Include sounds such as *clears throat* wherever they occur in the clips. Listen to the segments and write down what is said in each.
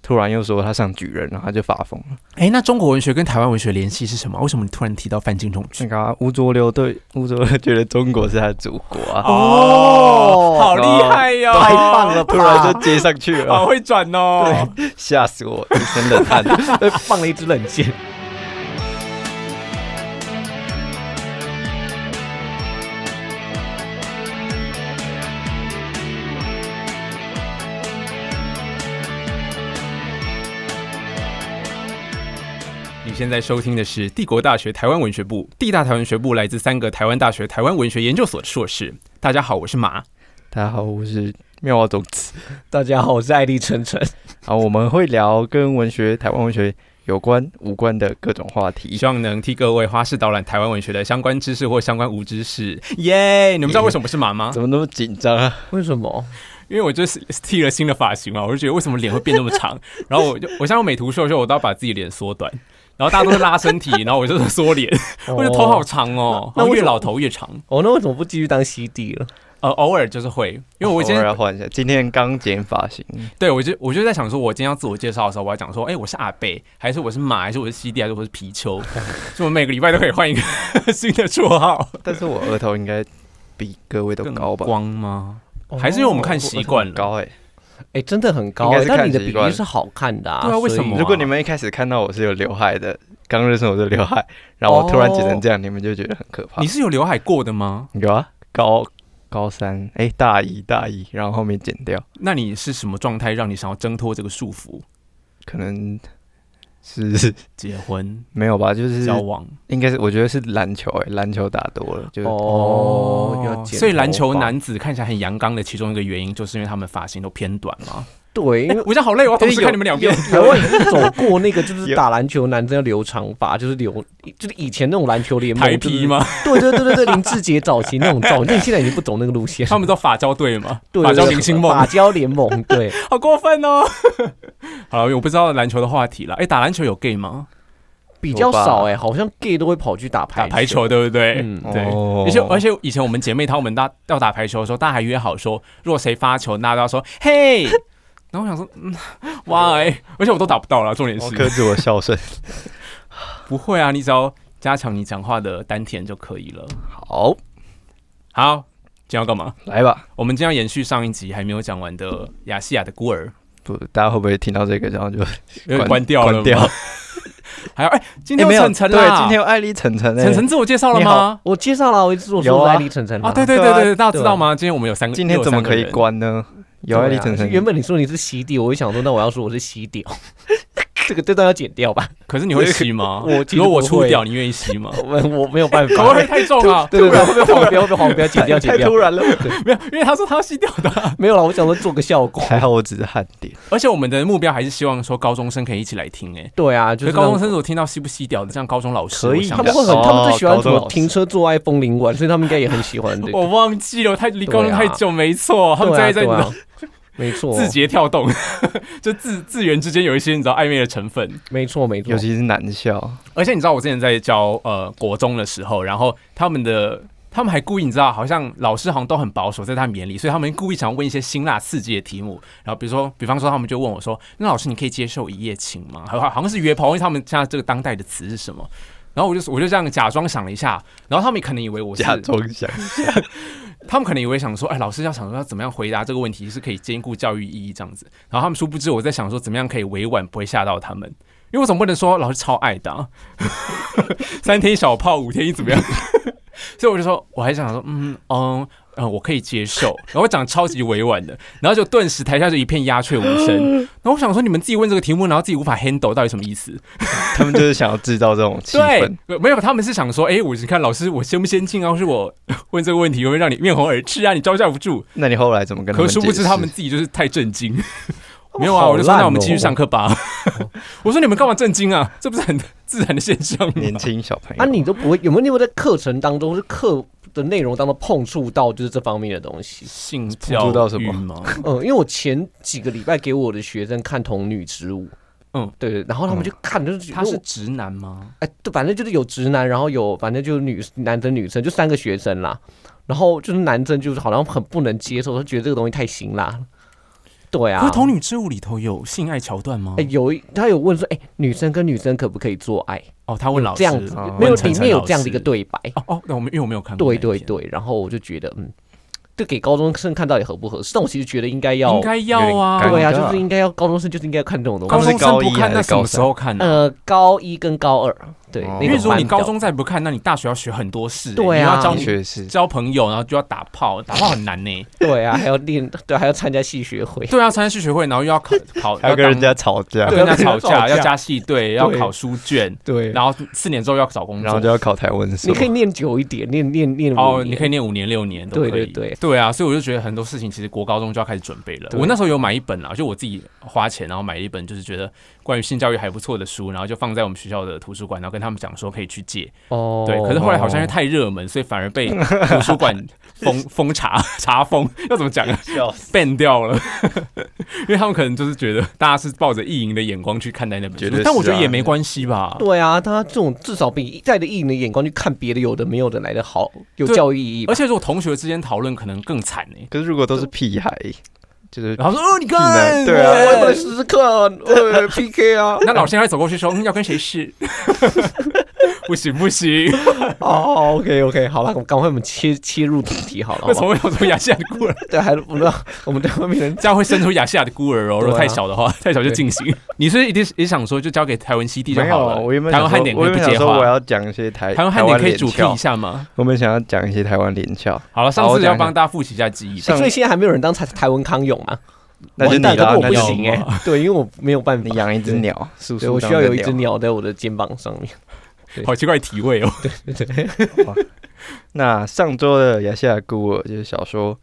突然又说他上举人，然后他就发疯了。哎，那中国文学跟台湾文学联系是什么？为什么你突然提到范进中那举？个啊吴浊流对吴浊流觉得中国是他的祖国啊，哦，好厉害哟、太棒了突然就接上去好了，会转哦！吓死我，一身冷汗，被呃放了一支冷箭。你现在收听的是帝国大学台湾文学部，地大台湾文学部来自三个台湾大学台湾文学研究所的硕士。大家好，我是马。大家好，我是妙蛙种子。大家好，我是艾丽晨晨。好，我们会聊跟文学、台湾文学有关、无关的各种话题希。望能替各位花式导览台湾文学的相关知识或相关无知识。耶、你们知道为什么我是马吗？怎么那么紧张啊？为什么？因为我就是剃了新的发型嘛，我就觉得为什么脸会变那么长？ *laughs* 然后我就我像我美图秀秀，我都要把自己脸缩短。然后大家都是拉身体，然后我就是缩脸， *laughs* 我我觉得头好长哦，那那然后为越什么老头越长。哦，那为什么不继续当 CD 了？呃，偶尔就是会，因为我今哦偶尔天要换一下，今天刚剪发型，对我就我就在想说，我今天要自我介绍的时候，我要讲说，哎，我是阿贝，还是我是马，还是我是西地，还是我是皮丘？ *laughs* 就我每个礼拜 *laughs* 都可以换一个新的绰号，但是我额头应该比各位都高吧？光吗？还是因为我们看习惯了？高哎、哎、真的很高、应该欸，是但你看的习比惯喻是好看的啊。对啊为什所以么哇如果你们一开始看到我是有刘海的，刚认识我的刘海，然后我突然剪成这样，你们就觉得很可怕哦你。是有刘海过的吗？有啊，高高三哎、大一大一，然后后面剪掉，那你是什么状态让你想要挣脱这个束缚？可能是 *laughs* 结婚、没有吧，就是交往应该是我觉得是篮球哎、篮球打多了就。哦，要剪所以篮球头发男子看起来很阳刚的其中一个原因，就是因为他们发型都偏短嘛。对，因为 *laughs* 我这样好累，我要同时有看你们两边。台湾已经走过那个，就是有打篮球男生要留长发，就是留，就是以前那种篮球联盟台皮？吗？就是对对对对对，林志杰早期那种造型，但你现在已经不走那个路线。他们叫法交队 *laughs* 嘛，对法对交对明星梦法，交联盟，对，好过分哦。 *laughs* 好了，我不知道篮球的话题了。哎，打篮球有 gay 吗？比较我少吧哎、好像 gay 都会跑去打排打排球对不对？嗯，对哦而且而且以前我们姐妹她们大要打排球的时候，大家还约好说，如果谁发球，大家都要说 *laughs* 嘿。然后我想说，嗯，why？而且我都打不到了，重点我是哦克制我笑 *laughs* 声。不会啊，你只要加强你讲话的丹田就可以了。好，好，今天要干嘛？来吧，我们今天要延续上一集还没有讲完的亚细亚的孤儿，不，大家会不会听到这个，然后就有点关关掉了吗，关掉 *laughs* 还有哎，今哎天没有有晨晨啦，对，今天有艾丽晨晨哎，晨晨自我介绍了你好吗？，我介绍了，我一直我有说我啊是艾丽晨晨啊，嘛对对对对啊对，大家知道吗？今天我们有三个，今天怎么可以关呢？有艾对丽啊晨晨，原本你说你是西地，我就想说，那我要说我是西屌， *laughs* 这个这段要剪掉吧？可是你会 *laughs* 吸吗？我其实如果我不出会掉，你愿意吸吗？我们我没有办口 *laughs* 法味。太重 *laughs* 了，对对对，会不会黄标？会不会黄标？剪掉，剪太掉突。然了，没有，因为他说他要吸掉的。没有了，我想说做个效果。还好我只是汗点。而且我们的目标还是希望说高中生可以一起来听，哎，对啊，就所以是高中生那种如果听到吸不吸掉的，这样高中老师可以我想他们会哦很，他们最喜欢高什中么老师停车坐爱枫林晚，所以他们应该也很喜欢这个。我忘记了，我太离高中对啊太久，没错，哦他们对在啊，在对啊， *laughs* 没错，字节跳动， *laughs* 就字字源之间有一些你知道暧昧的成分。没错，没错尤。其是男校，而且你知道我之前在教呃国中的时候，然后他们的他们还故意你知道，好像老师好像都很保守，在他们眼里，所以他们故意想要问一些辛辣刺激的题目。然后比如说，比方说他们就问我说：“那老师你可以接受一夜情吗？”好好像是约炮，因为他们现在这个当代的词是什么？然后我就我就这样假装想了一下，然后他们可能以为我是假装想他们可能以为想说，哎，老师要想说要怎么样回答这个问题是可以兼顾教育意义这样子。然后他们殊不知我在想说怎么样可以委婉不会吓到他们，因为我总不能说老师超爱的、啊， *laughs* 三天一小泡，五天一怎么样？ *laughs* 所以我就说，我还想说，嗯嗯嗯，我可以接受。然后我讲得超级委婉的，然后就顿时台下就一片鸦雀无声。然后我想说，你们自己问这个题目，然后自己无法 handle，到底什么意思？他们就是想要制造这种气氛对。，呃没有，他们是想说，哎、我是看老师我先不先进啊，或是我问这个问题会不会让你面红耳赤啊，你招架不住。那你后来怎么跟他可们？殊不知他们，自己就是太震 *laughs* 惊。没有啊，好我就说烂那我们哦继续上课吧。 *laughs* 我说你们干嘛震惊啊？这不是很 *laughs* 自然的现象吗？年轻小朋友，啊，你都不会有没有？你有没有在课程当中，或是课的内容当中碰触到就是这方面的东西？性不教知道什育么吗？嗯，因为我前几个礼拜给我的学生看《童女之舞》，嗯嗯，对，然后他们就看，就是觉得他是我直男吗？哎，对，反正就是有直男，然后有反正就是女男生女生，就三个学生啦。然后就是男生就是好像很不能接受，他觉得这个东西太辛辣了。对可啊是，童女之舞里头有性爱桥段吗哎、？有一他有问说，哎、女生跟女生可不可以做爱？哦，他问老师这样子哦没有问晨里晨面有老这样的一个师对白。哦哦，那我们因为我没有看过那一对对篇，对，然后我就觉得，嗯，这给高中生看到底合不合适？但我其实觉得应该要应，该要有啊点尴尬。对啊，就是应该要高中生就是应该要看这种高东中西。生不他们是高看，一还是那什么时候看呢？呃，高一跟高二，对，哦那因个为如果你班表高中再不看，那你大学要学很多事，对你啊要交的确是，交朋友，然后就要打炮，打炮很难 *laughs* 呢。对啊，还要练，对，还要参加系学会，对啊，参加系学会，然后又要考考，还要跟当人家吵架要，啊对跟人家要吵跟人家架，吵要架加系队，要考书卷，对然后四年之后要找工然后作。就要考台文所你。可以念久一点，念念念哦，五你年可以念五年六年都可以，对对对啊，所以我就觉得很多事情其实国高中就要开始准备了。对我那时候有买一本啦，就我自己花钱，然后买了一本就是觉得关于性教育还不错的书，然后就放在我们学校的图书馆，然后跟他们讲说可以去借，哦，对，可是后来好像因为太热门，所以反而被图书馆封封 *laughs* 查查封，要怎么讲啊？ban 掉了， *laughs* 因为他们可能就是觉得大家是抱着意淫的眼光去看待那本绝书对，但我是觉得也啊没关系吧。对啊，他这种至少比一代的艺人的眼光去看别的有的没有的来的好，有对教育意义吧而。且如果同学之间讨论，可能更惨呢、可是如果都是屁孩，就是然后说：“哦，你屁 *laughs* 看，男对啊我也不能我时时刻呃 PK 啊，那老师还走过去说：“嗯，要跟谁 *laughs* 试？”不行不行，哦，OK OK，好了，我们赶快我们切切入主题好了，好为不什 *laughs* 么会好有这么亚细亚的孤儿？对，还不知道我们在外面人这样会生出亚细亚的孤儿哦。如果对啊太小的话，太小就进行。你是不是一定也想说就交给台湾西地就没有好了啊，？我原本台想湾汉典说，我可以原不本接想说我话，要讲一些台台湾汉典可以联主 K 翘一下吗？我们想要讲一些台湾连 *laughs* 翘，好了，上好我次要讲一下帮大家复习一下记忆。上所以现在还没有人当台台文康 *laughs* 永吗？那就完你蛋，啦，可那是就我不你行哎、对，因为我没有办法你，养一只鸟，叔对叔我当需要个有一只。鸟在我的肩膀上面。对好奇怪的体位哦，那上周的亚细亚孤儿就是小说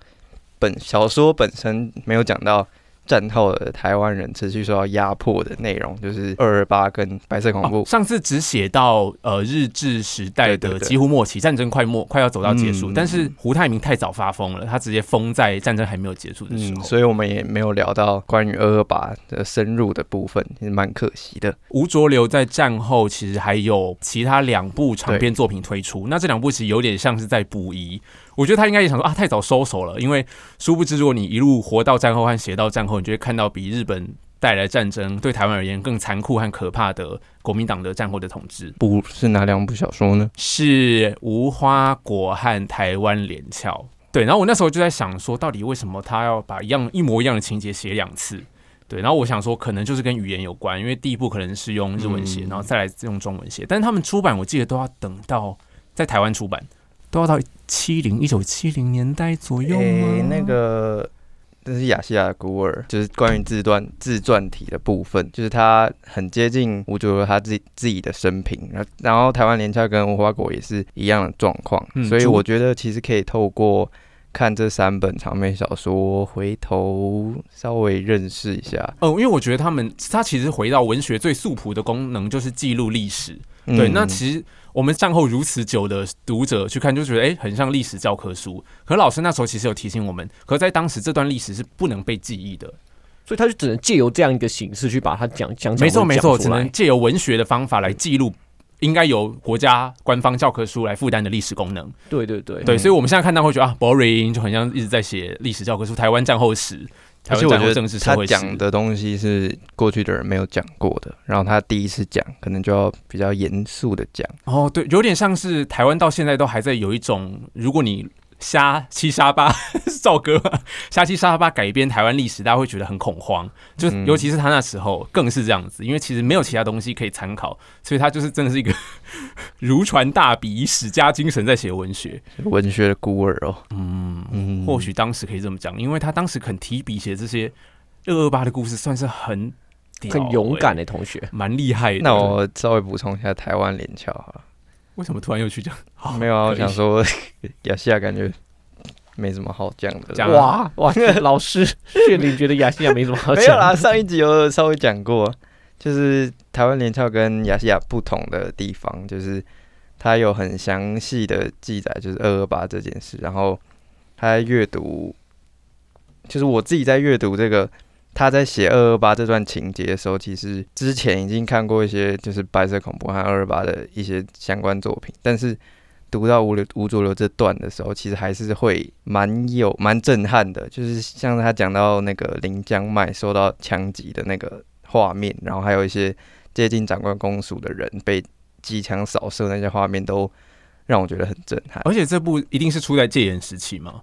本小说本身没有讲到战后的台湾人持续受到压迫的内容，就是二二八跟白色恐怖。哦上次只写到呃日治时代对的对对几乎末期，战争快末快要走到结束，嗯但是胡泰明太早发疯了，他直接疯在战争还没有结束的时嗯，候。所以我们也没有聊到关于二二八的深入的部分，也蛮可惜的。吴浊流在战后其实还有其他两部长篇作品推出，那这两部其实有点像是在补遗。我觉得他应该也想说啊，太早收手了，因为殊不知如果你一路活到战后和写到战后，你就会看到比日本。带来战争对台湾而言更残酷和可怕的国民党的战后的统治，不是哪两部小说呢？是无花果和台湾连翘。对，然后我那时候就在想说，到底为什么他要把一样一模一样的情节写两次？对，然后我想说，可能就是跟语言有关，因为第一部可能是用日文写，嗯然后再来用中文写，但是他们出版我记得都要等到在台湾出版，都要到七零一九七零年代左右吗？诶那个这是亚细亚的孤儿，就是关于自传自传体的部分，就是他很接近吴主流他自己自己的生平，然后然后台湾联校跟无花果也是一样的状况，嗯所以主我觉得其实可以透过。看这三本长篇小说，回头稍微认识一下。嗯，因为我觉得他们他其实回到文学最素朴的功能，就是记录历史。对，那嗯其实我们战后如此久的读者去看，就觉得哎、诶很像历史教科书。可老师那时候其实有提醒我们，可在当时这段历史是不能被记忆的。所以他就只能借由这样一个形式去把它讲讲讲没错，没错，讲只出来能借由文学的方法来记录。应该由国家官方教科书来负担的历史功能，对对对对，所以我们现在看到会觉得啊，boring，就很像一直在写历史教科书，台湾战后史，台而且湾我战后觉政得治社他会史，讲的东西是过去的人没有讲过的，然后他第一次讲，可能就要比较严肃的讲。哦，对，有点像是台湾到现在都还在有一种，如果你瞎七瞎八 *laughs* 是赵哥吗瞎七瞎八改编台湾历史，大家会觉得很恐慌，就嗯尤其是他那时候更是这样子，因为其实没有其他东西可以参考，所以他就是真的是一个 *laughs* 如传大笔、以史家精神在写文学。文学的孤儿哦。嗯，嗯， *laughs* 或许当时可以这么讲，因为他当时肯提笔写这些二二八的故事，算是很屌很勇敢欸，的、同学，蛮厉害的。那我稍微补充一下台湾连翘好了。为什么突然又去讲？好没有啊，哦可我以想说 *laughs* 亚细亚感觉没什么好讲的。讲啊哇哇，老师血淋觉得雅西亚没什么好 *laughs* 没有啦，讲，上一集有稍微讲过，就是台湾连翘跟亚细亚不同的地方，就是它有很详细的记载，就是二二八这件事。然后他在阅读，就是我自己在阅读这个他在写二二八这段情节的时候，其实之前已经看过一些就是白色恐怖和二二八的一些相关作品，但是读到无流无主流这段的时候，其实还是会蛮有蛮震撼的，就是像他讲到那个临江麦受到枪击的那个画面，然后还有一些接近长官公署的人被机枪扫射那些画面，都让我觉得很震撼。 *laughs* 而且这部一定是出在戒严时期嘛？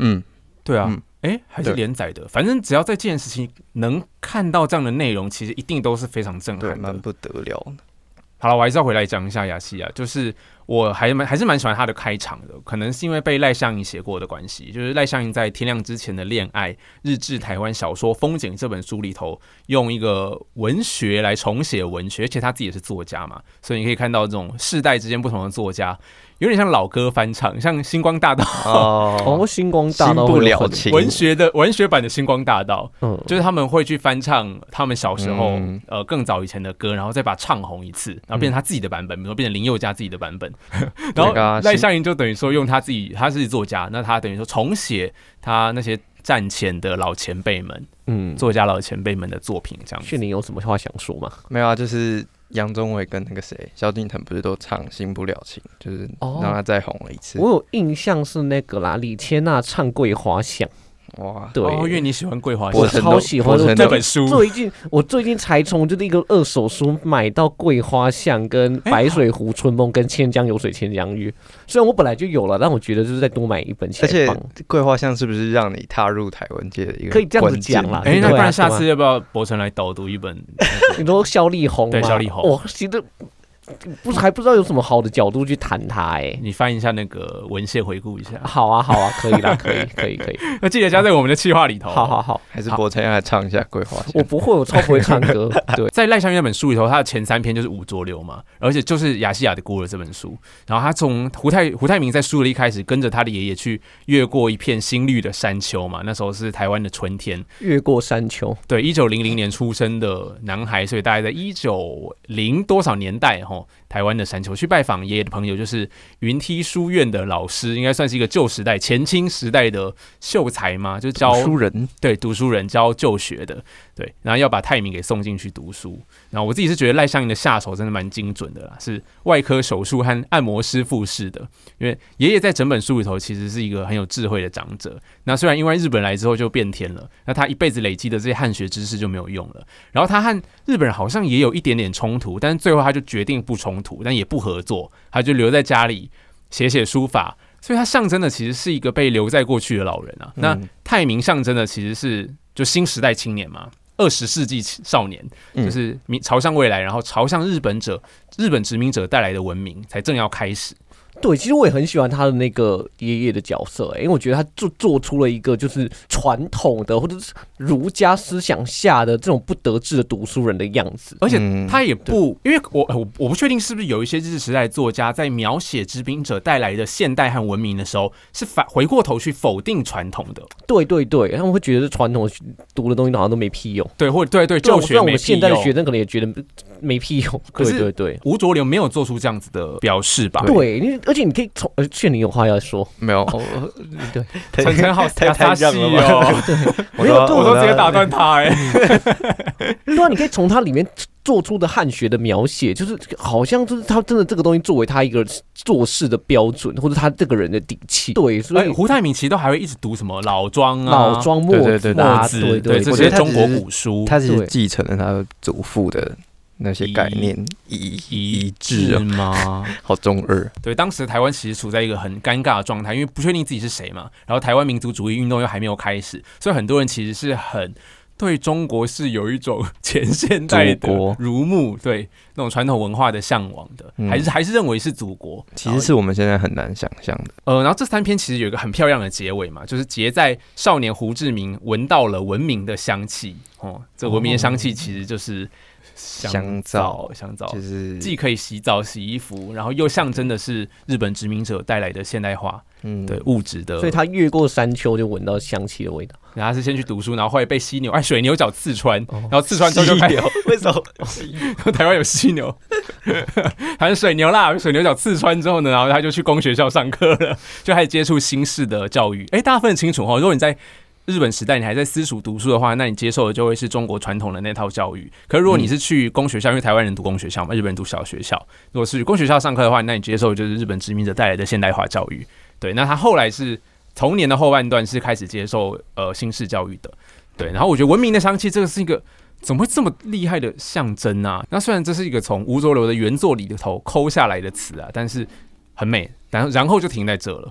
嗯，对啊，嗯哎、还是对连载的，反正只要在戒严时期能看到这样的内容，其实一定都是非常震对，撼的蛮。不得了的。 *laughs* 好了，我还是要回来讲一下雅西亚，啊就是我还蛮还是蛮喜欢他的开场的，可能是因为被赖香吟写过的关系，就是赖香吟在《天亮之前的恋爱》日志台湾小说《风景》这本书里头，用一个文学来重写文学，而且他自己也是作家嘛，所以你可以看到这种世代之间不同的作家，有点像老歌翻唱，像星光大道、哦，哦，星光大新道不会有了很情，文学的文学版的星光大道，嗯，就是他们会去翻唱他们小时候、嗯呃更早以前的歌，然后再把它唱红一次，然后变成他自己的版本，比如说变成林宥嘉自己的版 *laughs* 本。然后那个啊赖新香吟就等于说用他自己，他是作家，那他等于说重写他那些战前的老前辈们、嗯，作家老前辈们的作品，这样子。训你有什么话想说吗？没有啊，就是杨宗纬跟那个谁萧敬腾不是都唱《新不了情》，就是哦让他再红了一次。我有印象是那个啦，李千娜唱《桂花香》，哇，对，哦，因为你喜欢《桂花香我我》很超多喜欢我很这多本 *laughs* 书，最近我最近才从就是一个二手书买到《桂花巷》跟哎《白水湖春梦》跟《千江有水千江月》，虽然我本来就有了，但我觉得就是再多买一本起而来且放，桂花香是不是让你踏入台湾界的一个可以这样子关键讲啦哎、那对啊不然下对啊次要不要博成来导读一本？你说萧丽红对吗萧丽红我觉得不是还不知道有什么好的角度去谈她哎、你翻一下那个文献回顾一下。 *laughs* 好啊，好啊，可以啦，可以，可以，可以，那记得加在我们的计划里头。好好好，还是博成要来唱一下桂花香？我不会，我超不会 *laughs* 唱歌，对，在赖香那本书里头，他的前三篇就是五浊流嘛，而且就是雅西亚的孤儿这本书。然后他从胡太胡太明在书的一开始，跟着他的爷爷去越过一片新绿的山丘嘛，那时候是台湾的春天。越过山丘，对，一九零零年出生的男孩，所以大概在一九零多少年代吼，台湾的山丘去拜访爷爷的朋友，就是云梯书院的老师，应该算是一个旧时代前清时代的秀才嘛，就教读哦书人对读书人教就学的，对，然后要把泰明给送进去读书。然后我自己是觉得赖香吟的下手真的蛮精准的啦，是外科手术和按摩师傅式的。因为爷爷在整本书里头其实是一个很有智慧的长者。那虽然因为日本来之后就变天了，那他一辈子累积的这些汉学知识就没有用了。然后他和日本人好像也有一点点冲突，但是最后他就决定不冲突，但也不合作，他就留在家里写写书法。所以他象征的其实是一个被留在过去的老人啊。那、嗯泰明象征的其实是就新时代青年嘛，二十世纪少年，嗯就是民朝向未来，然后朝向日本者、日本殖民者带来的文明才正要开始。对，其实我也很喜欢他的那个爷爷的角色、欸，因为我觉得他做做出了一个就是传统的或者是儒家思想下的这种不得志的读书人的样子。而且嗯他也不，因为我我我不确定是不是有一些日时代作家在描写殖民者带来的现代和文明的时候，是反回过头去否定传统的，对对对，他们会觉得传统读的东西好像都没屁用。对，或者对对，对啊就我学我没们必现在的要学。生可能也觉得没屁用。可 *laughs* 对是对对。吴浊流没有做出这样子的表示吧？对，因为而且你可以从，而且你有话要说，没有，对，太陈晨好太太撒让气了吧？哦，我没有对说 *laughs* 我我都直接的打断他哎、 *laughs* 对啊，你可以从它里面做出的汉学的描写，就是好像就是他真的这个东西作为他一个做事的标准，或者他这个人的底气。对，所哎，以胡泰明其实都还会一直读什么老庄啊、老庄墨对对子对啊，墨子对对这我觉些对得他中只国是古书，他其对实继承了他祖父的那些概念遗遗志啊，吗？ *laughs* 好中二。对，当时台湾其实处在一个很尴尬的状态，因为不确定自己是谁嘛，然后台湾民族主义运动又还没有开始，所以很多人其实是很。对中国是有一种 *laughs* 前现代祖的国儒穆，对那种传统文化的向往的，嗯还是还是认为是祖国。其实是我们现在很难想象的。呃，然后这三篇其实有一个很漂亮的结尾嘛，就是结在少年胡志明闻到了文明的香气哦，这文明的香气其实就是香皂，香皂就是既可以洗澡、洗衣服，然后又象征的是日本殖民者带来的现代化，嗯对物质的。所以他越过山丘就闻到香气的味道。然后他是先去读书，然后后来被犀牛哎水牛角刺穿，哦然后刺穿之后就开始为什么？台湾有犀牛， *laughs* 还是水牛啦，水牛角刺穿之后呢，然后他就去公学校上课了，就开始接触新式的教育。哎，大家分得清楚哦，如果你在日本时代你还在私塾读书的话，那你接受的就会是中国传统的那套教育。可是如果你是去公学校，因为台湾人读公学校嘛，日本人读小学校，如果是去公学校上课的话，那你接受的就是日本殖民者带来的现代化教育。对，那他后来是童年的后半段是开始接受呃新式教育的。对，然后我觉得文明的香气这个是一个怎么会这么厉害的象征啊？那虽然这是一个从吴浊流的原作里头抠下来的词啊，但是很美。然后然后就停在这了。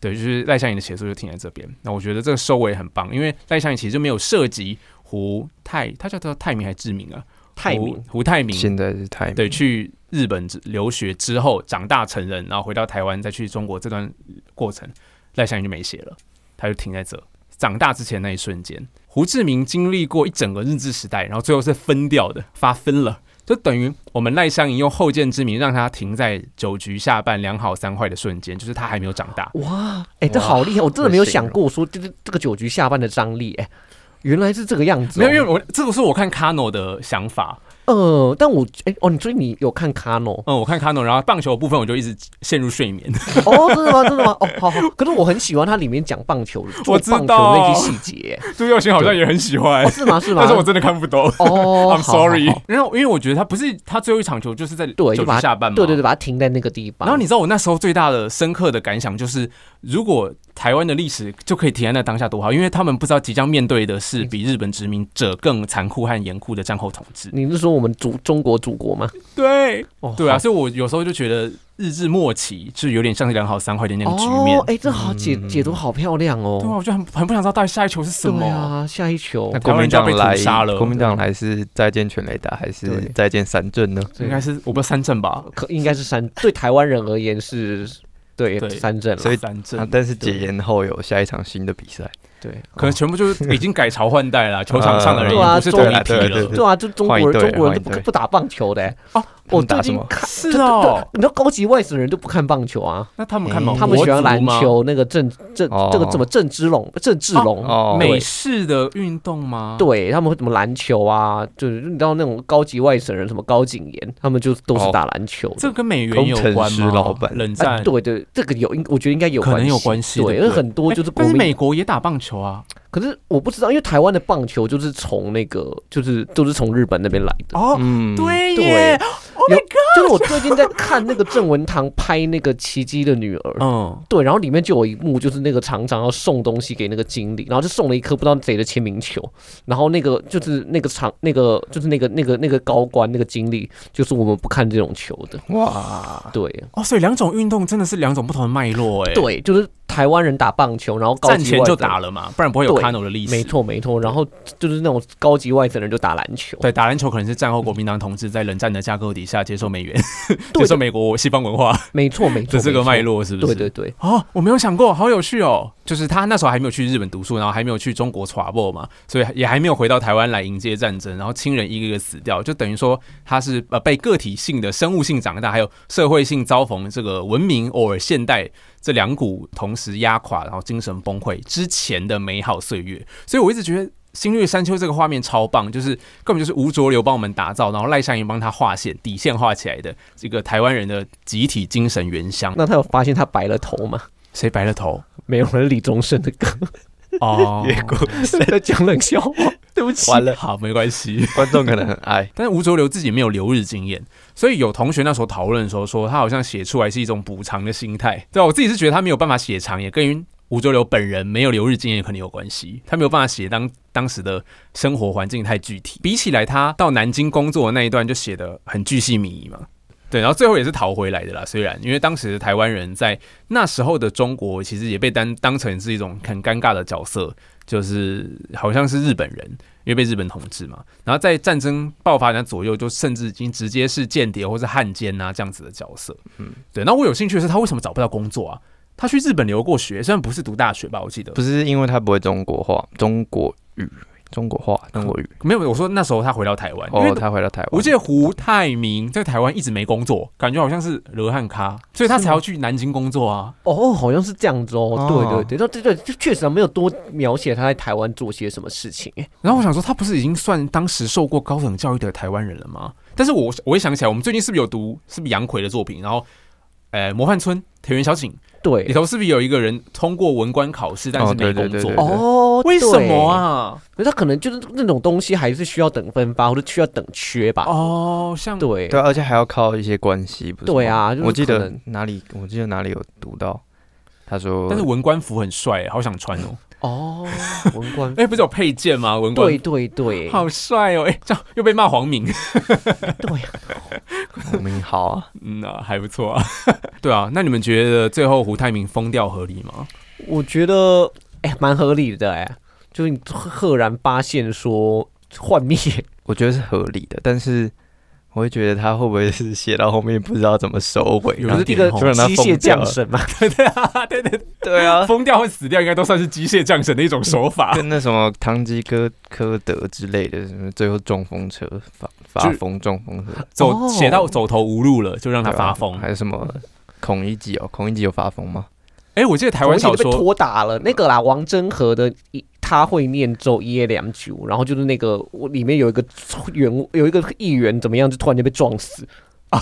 对，就是赖香吟的写作就停在这边。那我觉得这个收尾很棒，因为赖香吟其实就没有涉及胡泰，他叫他泰明还是志明啊？泰胡民胡泰明现在是太对，去日本之留学之后，长大成人，然后回到台湾，再去中国这段过程，赖香吟就没写了，他就停在这。长大之前那一瞬间，胡志明经历过一整个日治时代，然后最后是分掉的，发分了，就等于我们赖香吟用后见之明让他停在九局下半两好三坏的瞬间，就是他还没有长大。哇，哎、这好厉害！我真的没有想过说，这这个九局下半的张力，哎、原来是这个样子、没哦。有，因为我这个是我看卡诺的想法，？呃，但我哎、哦，你所以你有看卡诺 *laughs* 嗯，我看卡诺，然后棒球的部分我就一直陷入睡眠。 *laughs* 哦，真的吗？真的吗？哦，好好。可是我很喜欢它里面讲棒 *laughs* 球，做我知道棒球的那些细节。哎朱佑勋好像也很喜欢哦，，是吗？是吗？ *laughs* 但是我真的看不懂。*laughs* 哦 I'm sorry 好好好。然后因为我觉得他不是他最后一场球就是在对，九就局把下半嘛，对对对，。把它停在那个地方。嗯然后你知道我那时候最大的深刻的感想就是，如果台湾的历史就可以停在那当下多好，因为他们不知道即将面对的是嗯比日本殖民者更残酷和严酷的战后统 *laughs* 治。你是说我们祖中国祖国吗？对，哦，对啊，好，所以我有时候就觉得日治末期就有点像是两好三坏的那种局面哦，。哎，这好解解读好漂亮对啊，哦。我就很很不想知道到底下一球是什对么。啊，下一球那台国民湾人就要党被来屠杀了，国民党来是再见全雷达还是对再见三镇呢？应该是我不知道三阵吧，可应该是三，对台湾人而言是，对对三振了所。以三阵啊，。但是解严后有下一场新的比赛，对，可能全部就是已经改朝换代 *laughs* 了，球场上的人对啊也不是同一批对啊对啊了。对啊，就中国换一人，队中国人换一都队不不打棒球的欸。他我们最打什近么？看是哦，你知道高级外省人都不看棒球啊，那他们看吗？嗯他们喜欢篮哦国足吗，球，那个郑郑哦这个怎么郑芝龙，郑志龙。哦，美式的运动吗？，对他们会怎么篮球啊？就是你知道那种高级外省人，什么高景炎，他们就都是哦打篮球的。这跟美元有工关程师吗？老板冷啊，战。对对，这个有应，我觉得应该有可能关系，有关系对，对不因为对很多就是哎国但是民，美国也打棒球啊。可是我不知道，因为台湾的棒球就是从那个，就是都是从日本那边来的。哦，嗯，对对耶，有啊就是我最近在看那个郑文堂拍那个《奇迹的女儿》，嗯，对，然后里面就有一幕，就是那个厂长要送东西给那个经理，然后就送了一颗不知道谁的签名球，然后那个就是那个厂那个就是那个那个那个高官那个经理，就是我们不看这种球的，哇，对哦，所以两种运动真的是两种不同的脉络，哎，，对，就是台湾人打棒球，然后高战级前外就省打了嘛，不然不会有对 Cano 的历没史。错没错，然后就是那种高级外省人就打篮球，对，打篮球可能是战后国民党统治在冷战的架构底下接受美元，对 *laughs* 接受美国西方文化没错没错，的这没个错脉，络，是不对是？对对，哦，我没有想过，好有趣哦！就是他那时候还没有去日本读书，然后还没有去中国 travel 嘛，所以也还没有回到台湾来迎接战争，然后亲人一个一个死掉，就等于说他是呃被个体性的生物性长大，还有社会性遭逢这个文明偶尔现代这两股同时压垮，然后精神崩溃之前的美好岁月。所以我一直觉得。星月山丘这个画面超棒，就是根本就是吴浊流帮我们打造，然后赖香吟帮他画线底线画起来的这个台湾人的集体精神原乡。那他有发现他白了头吗？谁白了头？ *laughs* 没有人李宗盛的歌哦，结果 *laughs* 在讲冷笑话， *laughs* 对不起，完了，好，没关系。观众可能很爱， *laughs* 但是吴浊流自己没有留日经验，所以有同学那时候讨论的时候说，他好像写出来是一种补偿的心态。对啊，我自己是觉得他没有办法写长，也跟于吴浊流本人没有留日经验可能有关系。他没有办法写当当时的生活环境太具体，比起来他到南京工作的那一段就写的很巨细靡遗嘛。对，然后最后也是逃回来的啦。虽然因为当时的台湾人在那时候的中国，其实也被当当成是一种很尴尬的角色，就是好像是日本人，因为被日本统治嘛。然后在战争爆发的左右，就甚至已经直接是间谍或是汉奸啊这样子的角色。嗯，对。那我有兴趣的是，他为什么找不到工作啊？他去日本留过学，虽然不是读大学吧，我记得不是因为他不会中国话、中国语、中国话、中国语，没有。我说那时候他回到台湾，啊因为哦，他回到台湾，我记得胡泰明在台湾一直没工作，感觉好像是罗汉咖，所以他才要去南京工作啊。哦，好像是这样子哦，哦对对对，那这对这确实没有多描写他在台湾做些什么事情，哎然后我想说，他不是已经算当时受过高等教育的台湾人了吗？但是我我也想起来，我们最近是不是有读是不是杨奎的作品？然后，呃，模范村、田园小景，对里，头是不是有一个人通过文官考试，但是哦对没对工对作？对对哦，为什么对？啊？可是他可能就是那种东西还是需要等分发，或者需要等缺吧。哦，像对对啊，而且还要靠一些关系，不是吗？对啊就是我记可得能哪里，我记得哪里有读到，他说，但是文官服很帅，好想穿哦。哦，文官，哎，不是有配件吗？文官对对对，好帅哦！哎，这样又被骂黄明，对，我们好啊， *laughs* 嗯啊，还不错啊。 *laughs* 对啊，那你们觉得最后胡泰明疯掉合理吗？我觉得哎，蛮合理的哎，就是你赫然发现说幻灭，我觉得是合理的，但是我会觉得他会不会是写到后面不知道怎么收尾，有然就后是一个有点哦机械降神嘛， *laughs* 对啊，对对，对啊，疯掉或死掉应该都算是机械降神的一种手法。跟那什么唐吉诃科德之类的，什么最后中风车发发就疯中风车，走哦写到走投无路了，就让他对啊发疯。还有什么孔乙己哦，孔乙己有发疯吗？哎，我记得台湾小同一集被说，拖打了。那个啦，王真和的一他会念咒一夜两九，然后就是那个我里面有一个员有一个议员怎么样，就突然间被撞死。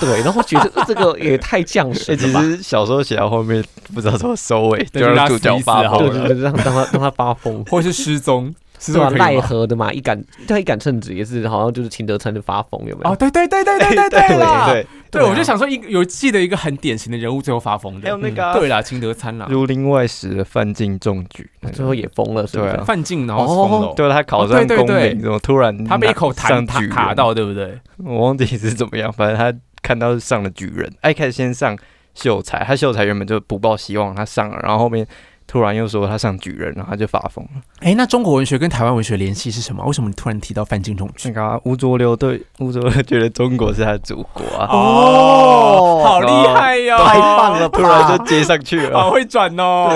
对，然后觉得这个也太降哎、神其 *laughs* 了吧？实小说写到后面不知道怎么收 *laughs* 尾，就那就让让他主角死一死发疯好对了。了对对，让让他让他发疯或 *laughs* 是失踪，失对踪啊，可以奈吗？何的嘛，一杆他一杆秤子也是，好像就是秦德成就发疯，有没有？哦，对对对对对对对啦，对，对，对啊我就想说一个有记得一个很典型的人物最后发疯的，还有那个嗯啊对啦，秦德参啦，如临外史的范进中举，那个最后也疯了，是不是对啊？范进然后疯了，对他考哦上对对功对名，怎么突然他被一拿口痰上卡举卡人，到，对不对？我忘记是怎么样，反正他看到是上了举人，哎，开始先上秀才，他秀才原本就不抱希望，他上了，然后后面突然又说他上举人，然后他就发疯了。哎，那中国文学跟台湾文学联系是什么？为什么你突然提到范进中那举？个啊吴浊流对吴浊流觉得中国是他的祖国啊，哦，好厉害哟，太棒了，突吧然就接上去好了，会转哦，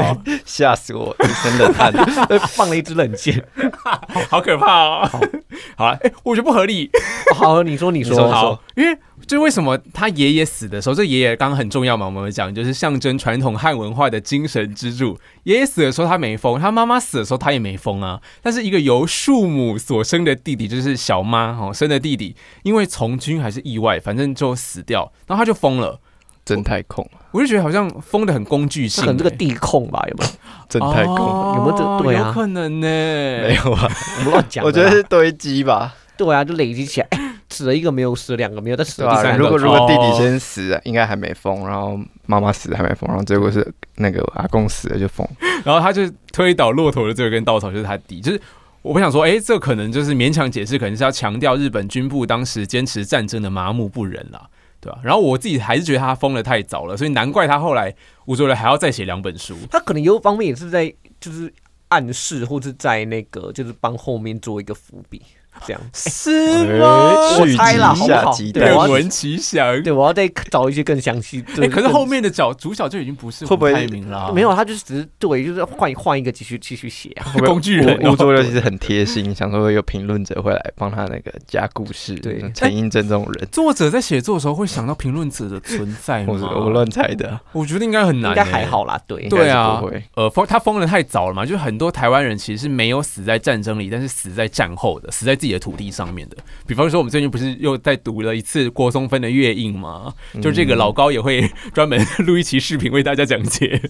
吓死我，一身冷汗。 *laughs* 放了一支冷箭。好可怕哦。好了，哎，我觉得不合理。 *laughs* 好，你说你说你说好，因为就为什么他爷爷死的时候，这爷爷刚刚很重要嘛，我们有讲就是象征传统汉文化的精神支柱。爷爷死的时候他没疯，他妈妈死的时候他也没疯啊。但是一个由庶母所生的弟弟，就是小妈哦生的弟弟，因为从军还是意外，反正就死掉，然后他就疯了。真太空，我就觉得好像疯的很工具性、可能这个地控吧，有没有？真太空，哦有没有这对啊有可能呢、没 *laughs* 有啊，我们乱讲的我啦。觉得是堆积吧，对啊，就累积起来， *coughs* 哎，死了一个没有死，两个没有，但死对了第吧、三个。如果如果弟哦弟先死了，应该还没疯，然后妈妈死了还没疯，然后结果是那个阿公死了就疯。然后他就推倒骆驼的这根稻草就是他弟，就是我不想说，哎，这可能就是勉强解释，可能是要强调日本军部当时坚持战争的麻木不仁啦，对吧、然后我自己还是觉得他疯的太早了，所以难怪他后来吴卓人还要再写两本书。他可能有一方面也是在就是暗示，或是在那个就是帮后面做一个伏 *laughs* 笔，这样。是吗我猜啦，哎续集好不下好？集对，我愿要闻其详。对我要再找一些更详细。哎，对，可是更后面的角主角就已经不是会不会胡泰明啦，没有，啊他就只是对，就是换换一个继续继续写啊。工具人吴哦吴作六其实很贴心，想说有评论者会来帮他那个加故事。对陈英真这种人，作者在写作的时候会想到评论者的存在吗？我是我，乱猜的啊，我觉得应该很难、欸应该还。好啦，对应对该是啊不会。呃，疯他疯的太早了嘛，就是很多台湾人其实是没有死在战争里，但是死在战后的，死在自己的土地上面的。比方说，我们最近不是又在读了一次郭松芬的《月印》吗？就这个老高也会 *laughs* 专门录一期视频为大家讲解，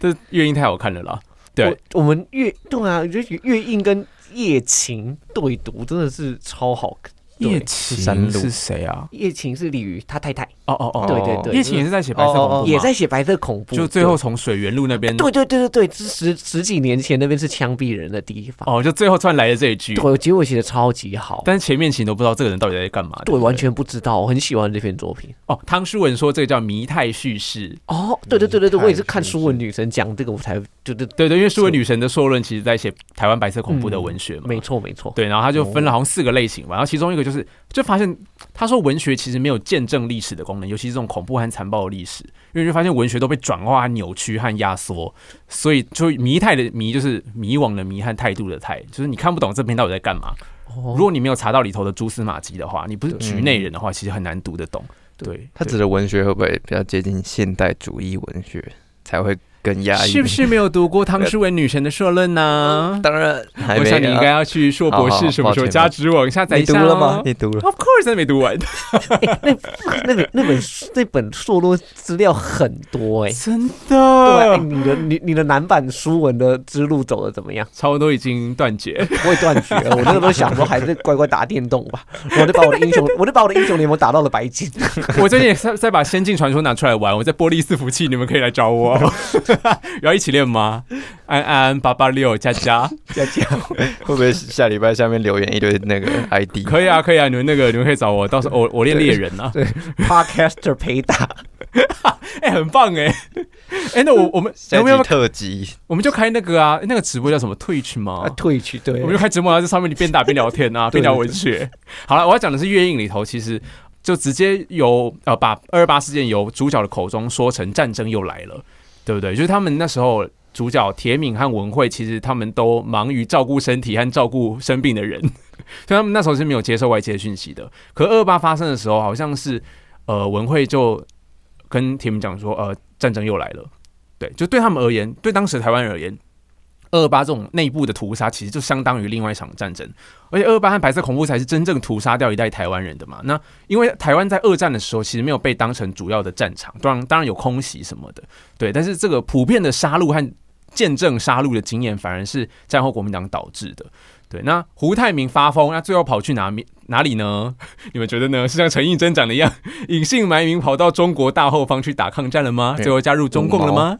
但是《月印》太好看了啦。对，我，我们乐对啊，我觉得乐印跟夜情对读真的是超好。对是山琴路是谁啊？夜情是鲤鱼他太太，哦哦哦，对对对，叶琴也是在写白色恐怖哦嘛哦也在写白色恐怖，就最后从水源路那边，对对对对对，是十十几年前那边是枪毙人的地方，哦，就最后突然来了这一句，对，结果写的超级好，但是前面其实都不知道这个人到底在干嘛。对，不完全不知道，我很喜欢这篇作品。哦。汤书文说这个叫迷态叙事，哦，对对对嗯对对，我也是看是是书文女神讲这个，我才就对，对对，因为《数位女神》的硕论其实在写台湾白色恐怖的文学嘛，嗯没错没错，对，然后他就分了好像四个类型吧，然后其中一个就是就发现他说文学其实没有见证历史的功能，尤其是这种恐怖和残暴的历史，因为就发现文学都被转化、扭曲和压缩，所以就迷态的迷就是迷惘的迷和态度的态，就是你看不懂这篇到底在干嘛。哦如果你没有查到里头的蛛丝马迹的话，你不是局内人的话，其实很难读得懂。对，他指的文学会不会比较接近现代主义文学，才会更压抑。是不是没有读过汤淑文女神的社论呢？当然，还我没想你应该啊。要去硕博士什么时候好好抱歉加值网下载你一读下了哦吗？你读了？ *laughs* Of course，还没读完，那本那本那本硕论资料很 *laughs* 多哎、真对、哎的，你的你你的男版书文的之路走的怎么样？超都已经断绝。我也断绝了，我那个时候想说还是乖乖打电动吧，然后我就把我的英雄，我就把我的英雄联盟打到了白 *laughs* 金。 *laughs* 我最近也在在把《仙境传说》拿出来玩，我在玻璃伺服器，你们可以来找我， *laughs* 然后一起练吗？安安八八六 *laughs* 佳佳，要这样，会不会下礼拜下面留言一堆那个 *laughs* ID？可以啊，可以啊，你们那个你们可以找我，到时候我我练猎人啊， Podcaster 陪打， *laughs* 哎、很棒哎、哎、那我我 *laughs* 们下我一们要集不要特辑我们就开那个啊，那个直播叫什么 Twitch 吗啊，？退去对哦我们就开直播，然后在上面你边打边聊天啊，对边聊文学。好了，我要讲的是月映里头，其实就直接由呃把二二八事件由主角的口中说成战争又来了，对不对？就是他们那时候主角铁敏和文慧，其实他们都忙于照顾身体和照顾生病的人， *laughs* 所以他们那时候是没有接受外界的讯息的。可二二八发生的时候，好像是呃文慧就跟铁敏讲说，呃战争又来了。对，就对他们而言，对当时的台湾人而言，二二八这种内部的屠杀，其实就相当于另外一场战争。而且二二八和白色恐怖才是真正屠杀掉一代台湾人的嘛。那因为台湾在二战的时候，其实没有被当成主要的战场，当然当然有空袭什么的，对。但是这个普遍的杀戮和见证杀戮的经验，反而是战后国民党导致的。对，那胡泰明发疯，那最后跑去哪里哪里呢？ *laughs* 你们觉得呢？是像陈映真讲的一样，隐姓埋名跑到中国大后方去打抗战了吗？对最后加入中共了吗？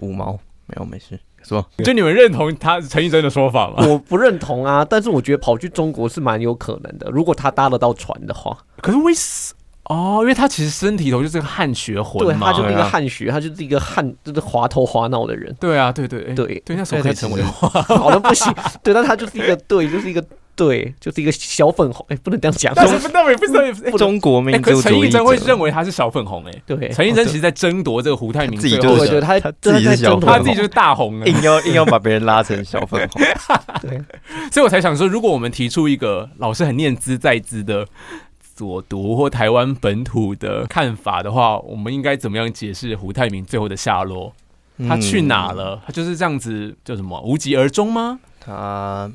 五毛没有没事说就你们认同他陈映真的说法 *laughs* 吗？我不认同啊，但是我觉得跑去中国是蛮有可能的，如果他搭得到船的话，可是为什哦？因为他其实身体头就是个汗血对，魂嘛，他就是一对个啊汉学，他就是一个汉，就是滑头滑脑的人，对啊，对对哎对，对，那时候可以成为话，好像不行，对，但他就是一个对，就是一个对，就是一个小粉红，哎，不能这样讲，但是那我也不知道，哎中国民哎，可族是陈主映义真者，会认为他是小粉红哎、对，陈映真其实在争夺这个胡泰明自己最就后对是的，对，他他自己是小他自己就是大红哎、 *laughs* 硬要硬要把别人拉成小粉红。对，所以我才想说，如果我们提出一个老师很念兹在兹的左读或台湾本土的看法的话，我们应该怎么样解释胡泰明最后的下落？ *laughs* 他去哪嗯？了？他就是这样子，叫什么无疾而终吗？他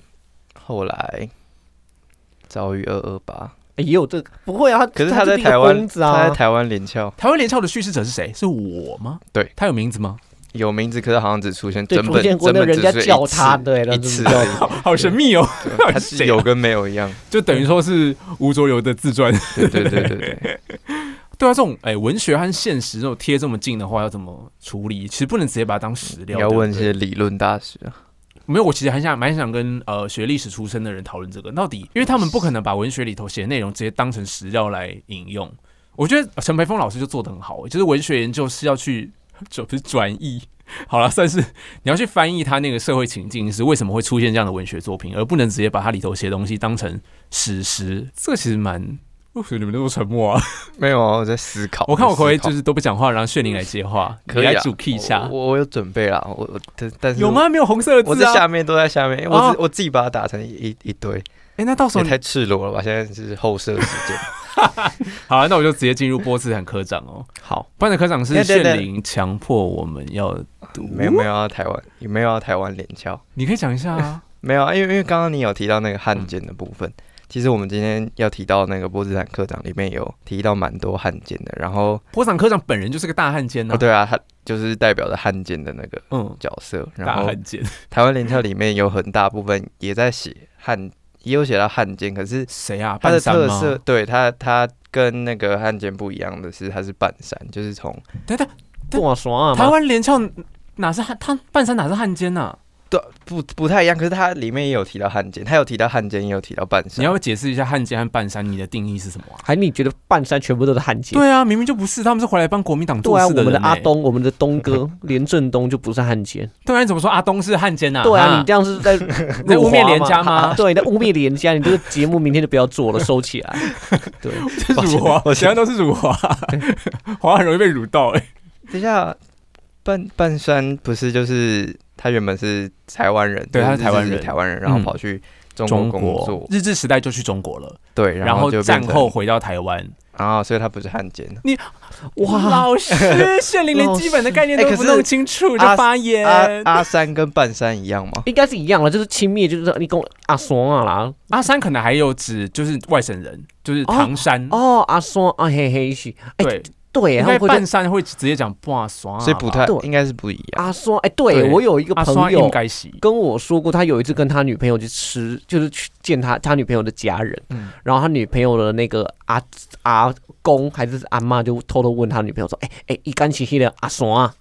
后来遭遇二二八，哎也有这个不会啊，可是他在就一个台湾疯，子啊，在台湾联校台湾联校的叙事者是谁？是我吗？对，他有名字吗？有名字，可是好像只出现对，整出本现过整那本人只家是一叫次他， *laughs* 对，然一后次叫而他已，好神秘哦，对他是有跟没有一 *laughs* 样。就等于说是吴浊流的自传。对对对对对，对啊，这种哎、文学和现实这种贴这么近的话，要怎么处理？其实不能直接把它当史你料。要问一对不对些理论大师啊。没有，我其实很想蛮想跟呃学历史出身的人讨论这个，到底因为他们不可能把文学里头写的内容直接当成史料来引用。我觉得呃陈培峰老师就做的很好，就是文学研究是要去就不是转译，好了，算是你要去翻译他那个社会情境是为什么会出现这样的文学作品，而不能直接把它里头写的东西当成史实。这个其实蛮。为什么你们那么沉默啊？没有啊，我在思考。我看我可不可以在思就考是都不讲话，然后炫玲来接话，可你以来啊主 key 一下我。我我有准备啦，我我但但是有？吗？没有红色的字啊。我在下面都在下面，我哦自我自己把它打成一一堆，哎、那到时候也你太赤裸了吧！现在是后摄时 *laughs* 间。好啊那我就直接进入波茨坦科长哦。 *laughs* 好，波茨坦科长是对对对炫灵强迫我们要读， *laughs* 没有没有要台湾，也没有要台湾联校。 *laughs* 你可以讲一下啊。没有啊，因为因为刚刚你有提到那个汉奸的部分，嗯其实我们今天要提到那个波茨坦课长里面有提到蛮多汉奸的，然后、 *laughs* 波茨坦科长本人就是个大汉奸呐、哦、对啊，他就是代表着汉奸的那个嗯，角色，然大后汉奸。台湾联校里面有很大部分也在写汉，也有写到汉奸，可是谁啊？他的 *laughs* 半山特吗色，对他他跟那个汉奸不一样的是，他是半山，就是从等等，哇爽啊，台湾联校哪是汉？他半山哪是汉奸呐、啊对不不太一样，可是他里面也有提到汉奸，他有提到汉奸，也有提到半你山要不，要解释一下汉奸和半山你的定义是什么啊？还你觉得半山全部都是汉奸？对啊，明明就不是，他们是回来帮国民党做对啊，事我人、们的阿欸。东，我们的东哥连振东就不是汉奸。对啊，你怎么说阿东是汉奸呐、对啊，哈你这样是 *laughs* 在在辱污蔑华连嘛家吗对，你在污蔑连家，你这个节目明天就不要做了，收起来。 *laughs* 对，这是啊辱华，其他都是辱 *laughs* 华，华很容易被辱到哎、等一下，半半山不是就是他原本是台湾人，对就他是台湾人日籍台湾人，然后嗯跑去中国工作，日治时代就去中国了，对，然后后就战变成后回到台湾，啊，所以他不是汉奸。哇，老师，谢玲连基本的概念哎都可不是弄清楚阿就发言，阿阿三跟半山一样吗？应该是一样了，就是轻蔑，就是你跟我阿双啊啦，阿三可能还有指就是外省人，就是唐山，哦阿双啊嘿嘿是，哎对，嗯对，应然该后半山会直接讲半山啊吧，啊所以不太对应该是不一样。阿双，哎对对我有一个阿朋山应友该是跟我说过，他有一次跟他女朋友去吃，就是去见他他女朋友的家人，嗯然后他女朋友的那个阿阿公还是阿妈就偷偷问他女朋友说，哎、哎，一干起黑的阿双啊，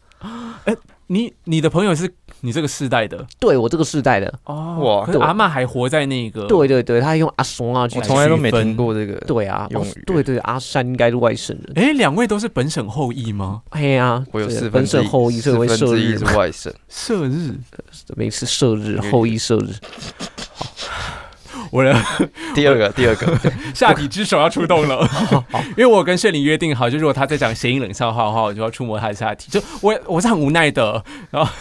你你的朋友是你这个世代的对我这个世代的，哦哇可是对阿嬷还活在那个对对对，他用阿双啊去我来从来都没区分听过这个，对啊，用哦语对对，阿山应该是外省人。哎，两位都是本省后裔 *laughs* 吗？嘿呀，我有对四分本之省一，后裔，所四以我分会射之一日是嘛，外省。射日，每次射日后裔射日。我的第二个，第二 *laughs* 个，下体之手要出 *laughs* 动了，因为我跟谢玲约定好，就如果他再讲谐音冷笑话的话，我就要触摸他的下体。就我我是很无奈的，然后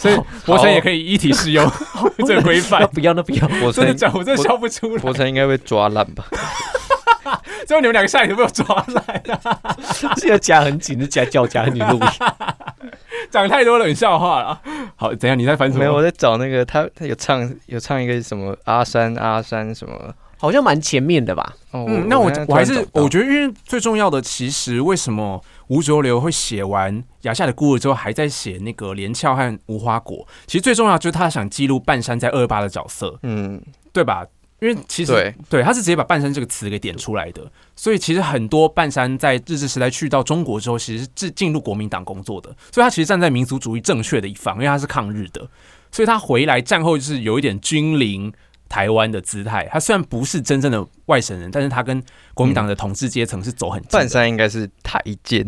所以博成也可以一体适用 *laughs* 这个规那范。 *laughs* 不要，那不要，我真的猜讲，我真的我笑不出来。我猜应该被抓烂吧？最后你们两个下体都被我抓来，这要夹很紧，这夹脚夹很紧录音。 *laughs* 讲太多冷笑话了。好，等一下你在翻什没有，我么？在找那个他，他有唱有唱一个什么阿三阿三什么。好像蛮前面的吧？哦嗯，那我刚才我还突然是找到我觉得，因为最重要的，其实为什么吴浊流会写完《崖下的孤儿》之后，还在写那个《连翘》和《无花果》，其实最重要就是他想记录半山在二八的角色。嗯，对吧？因为其实对他是直接把“半山”这个词给点出来的，所以其实很多半山在日治时代去到中国之后，其实是进入国民党工作的，所以他其实站在民族主义正确的一方，因为他是抗日的，所以他回来战后就是有一点军临台湾的姿态。他虽然不是真正的外省人，但是他跟国民党的统治阶层是走很近半的。山应该是台奸，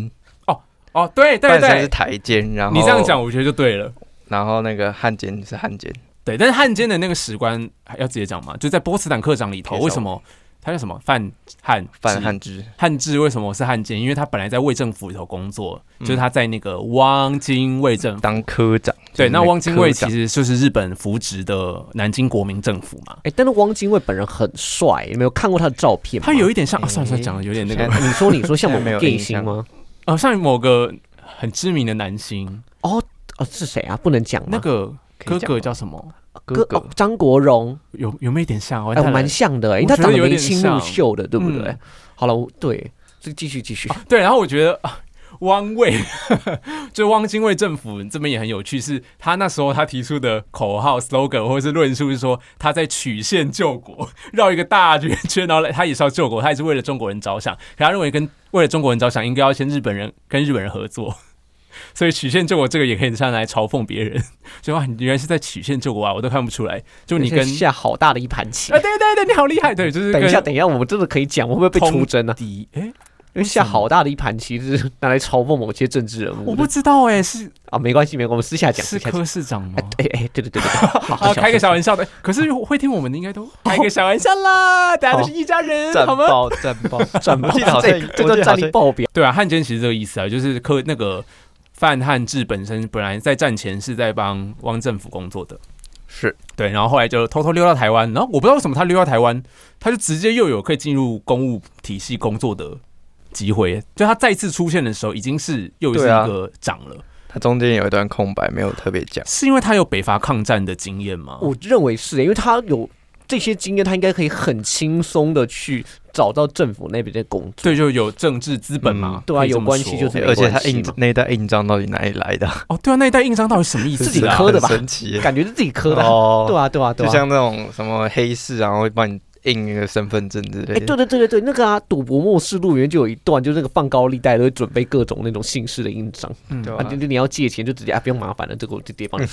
哦，对对半山是哦对，台奸，然后你这样讲，，我觉得就对了。然后那个汉奸是汉奸，对，但是汉奸的那个史官还要直接讲嘛，就在波茨坦克长里头，介绍为什么他叫什么范汉反之汉之，汉志为什么是汉奸？因为他本来在卫政府里头工作，就是他在那个汪精卫政府。当科长。对，那汪精卫其其实实就是日本扶植的南京国民政府嘛。哎，但是汪精卫本人很帅，你没有看过他的照片吗？他有一点像啊，诶算了算了，讲的有点那现个，在你说你说像 *laughs* 某现在没个有 gay 印象星吗？呃，像某个很知名的男星，哦，是谁啊？不能讲吗那个可以讲哥吗哥叫什么？哥哥哥哦张国荣，有有没有一点像？哦呃哎，他蛮像的，哎，因为我他觉得长得有眉点清像目秀的，对不对嗯？好了，我对，所以继续继续。哦对，然后我觉得啊汪卫， *laughs* 就汪精卫政府这边也很有趣，是他那时候他提出的口号 slogan 或者是论述是说他在曲线救国，绕一个大圆圈，然后来他也是要救国，他也是为了中国人着想，可他认为跟为了中国人着想，应该要先日本人跟日本人合作。 *laughs* 所以曲线救国这个也可以上来嘲讽别人， *laughs* 就哇，你原来是在曲线救国啊，我都看不出来。就你跟等一下好大的一盘棋哎啊，。对对对，你好厉害，对，就是等一下，跟等一下，我们真的可以讲，我会不会被通出征啊？敌，哎、因为下好大的一盘棋，就是拿来嘲讽某些政治人物的。我不知道哎、是啊，没关系，没关系，我们私下讲，私是下讲。柯市长吗哎？哎哎，对对对对，好啊，开个小哦声玩笑的。可是会听我们的应该 *laughs* 都开个小玩笑啦，大家都是一家人， *laughs* 战好吗？报战报， *laughs* 转爆，我记得好像这我这记段得好战力像爆表，对啊，汉奸其实这个意思啊，就是柯那个范汉志本身本来在战前是在帮汪政府工作的，是对，然后后来就偷偷溜到台湾，然后我不知道为什么他溜到台湾，他就直接又有可以进入公务体系工作的机会，就他再次出现的时候，已经是又是一对啊个长了，他中间有一段空白，没有特别讲。是因为他有北伐抗战的经验吗？我认为是，因为他有这些经验，他应该可以很轻松的去找到政府那边的工作。对，就有政治资本嘛嗯，对啊可以这么有关系说就是没而且他关系印嘛那一袋印章到底哪里来的啊？哦，对啊，那一代印章到底什么意思 *laughs* 啊？自己刻的吧很神奇。感觉是自己磕的啊，对哦，啊，对啊，对就啊。像那种什么黑市，然后会帮你印一个身份证之哎，类的。对对对对对，那个啊，《赌博末世录》里面就有一段，就是那个放高利贷都会准备各种那种姓氏的印章，嗯对 *laughs* 啊，吧就就你要借钱就直接啊，不用麻烦了，这个我就直接帮你，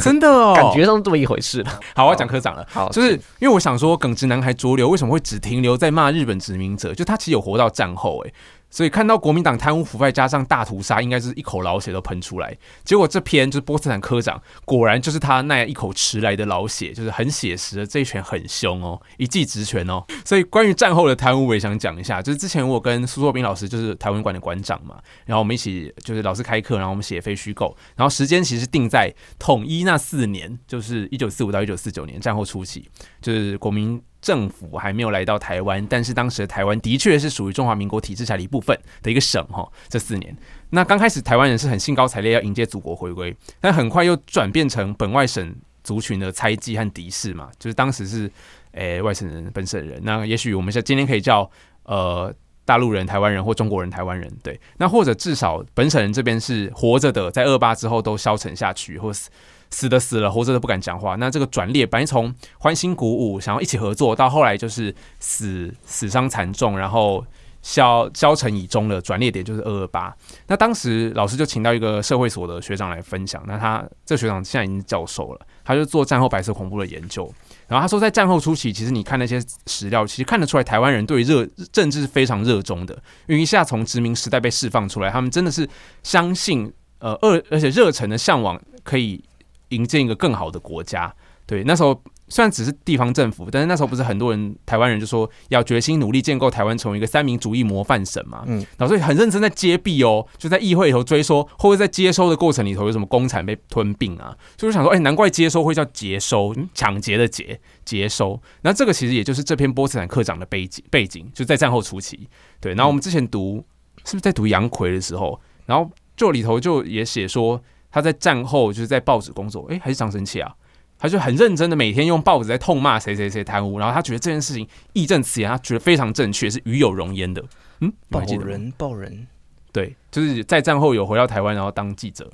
真的哦，感觉上是这么一回事了。好，我要讲科长了。好，就是因为我想说，耿直男孩浊流为什么会只停留在骂日本殖民者？就他其实有活到战后、欸，所以看到国民党贪污腐败加上大屠杀，应该是一口老血都喷出来。结果这篇就是波茨坦科长，果然就是他那一口迟来的老血，就是很写实的，这一拳很凶哦，一记直拳哦。所以关于战后的贪污，我也想讲一下，就是之前我跟苏作斌老师，就是台湾馆的馆长嘛，然后我们一起就是老师开课，然后我们写非虚构，然后时间其实定在统一那四年，就是一九四五到一九四九年战后初期，就是国民政府还没有来到台湾，但是当时的台湾的确是属于中华民国体制下的一部分的一个省哈。这四年，那刚开始台湾人是很兴高采烈要迎接祖国回归，但很快又转变成本外省族群的猜忌和敌视嘛，就是当时是诶、外省人、本省人。那也许我们现在今天可以叫呃大陆人、台湾人或中国人、台湾人，对。那或者至少本省人这边是活着的，在二八之后都消沉下去，或死死的死了，活着的不敢讲话。那这个转捩，本来从欢欣鼓舞，想要一起合作，到后来就是死死伤惨重，然后消消沉以终的转捩点就是二二八。那当时老师就请到一个社会所的学长来分享，那他这个学长现在已经是教授了，他就做战后白色恐怖的研究。然后他说，在战后初期，其实你看那些史料，其实看得出来台湾人对于热政治是非常热衷的，因为一下从殖民时代被释放出来，他们真的是相信呃热而且热忱的向往可以营建一个更好的国家。对，那时候虽然只是地方政府，但是那时候不是很多人台湾人就说要决心努力建构台湾成为一个三民主义模范省嘛，嗯然后所以很认真在揭弊哦，就在议会里头追收，或者在接收的过程里头有什么公产被吞并啊，所以我想说，哎、难怪接收会叫劫收，嗯抢劫的劫，劫收。那这个其实也就是这篇波茨坦课长的背景，背景就在战后初期。对，然后我们之前读是不是在读杨奎的时候，然后就里头就也写说他在战后就是在报纸工作，哎、还是张生气啊。他就很认真的每天用报纸在痛骂谁谁谁贪污，然后他觉得这件事情义正辞严，他觉得非常正确，是与有容焉的。嗯，你们报还记得吗人报人，对，就是在战后有回到台湾，然后当记者。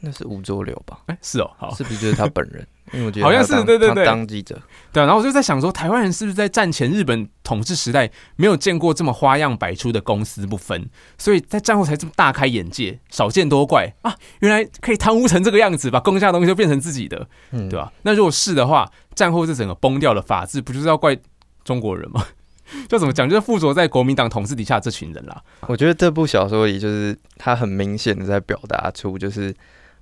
那是吴周流吧？哎、是哦，好，是不是就是他本 *laughs* 人？因为我觉得好像他是当对对他对当记者，对啊，然后我就在想说，台湾人是不是在战前日本统治时代没有见过这么花样百出的公私不分，所以在战后才这么大开眼界，少见多怪啊！原来可以贪污成这个样子，把公家的东西都变成自己的，嗯，对吧、那如果是的话，战后这整个崩掉的法治，不就是要怪中国人吗？ *laughs* 就怎么讲，就是附着在国民党统治底下这群人啦。我觉得这部小说里，就是他很明显的在表达出，就是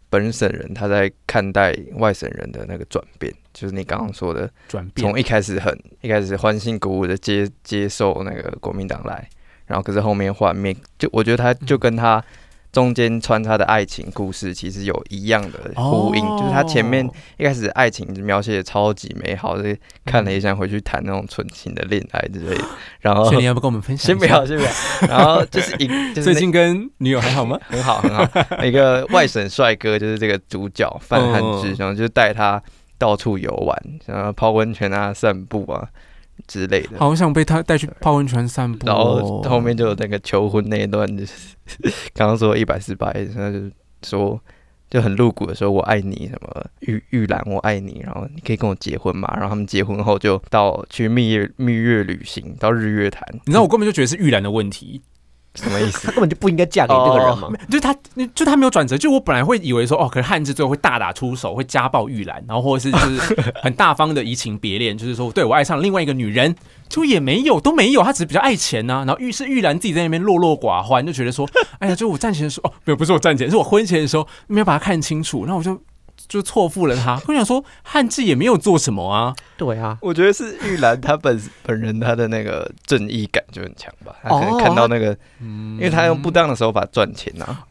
本省人他在看待外省人的那个转变，就是你刚刚说的，转变从一开始很一开始欢欣鼓舞的接接受那个国民党来，然后可是后面幻灭，就我觉得他就跟他中间穿插的爱情故事其实有一样的呼应，就是他前面哦一开始爱情描写得超级美好，就是看了也想回去谈那种纯情的恋爱之类的，然后所以你要不要跟我们分呃享先一下？不要，先不要。然后就是 *laughs* 一，就是最那近跟女友还好吗？很好很 *laughs* 好，一个外省帅哥就是这个主角范汉志，然后就带他到处游玩，然后泡温泉啊、散步啊之类的。好想被他带去泡温泉散步、哦，然后后面就有那个求婚那一段，就是刚刚说一百四八，然后就说就很露骨的说“我爱你”什么玉玉兰我爱你，然后你可以跟我结婚嘛。然后他们结婚后就到去蜜月蜜月旅行，到日月潭，你知道我根本就觉得是玉兰的问题，什么意思他？根本就不应该嫁给这个人嘛。就是他，就他没有转折。就我本来会以为说，哦，可能汉字最后会大打出手，会家暴玉兰，然后或者是就是很大方的移情别恋，就是说，对我爱上了另外一个女人，就也没有都没有，他只是比较爱钱啊呐、然后玉是玉兰自己在那边落落寡欢，就觉得说，哎呀，就我战前的时候，哦，没有，不是我战前，是我婚前的时候没有把他看清楚，那我就就错付了他。我想说，汉字也没有做什么啊，对啊，我觉得是玉兰她本 *laughs* 本人她的那个正义感就很强吧，她可能看到那个，因为她嗯用不当的手法赚钱呐、啊，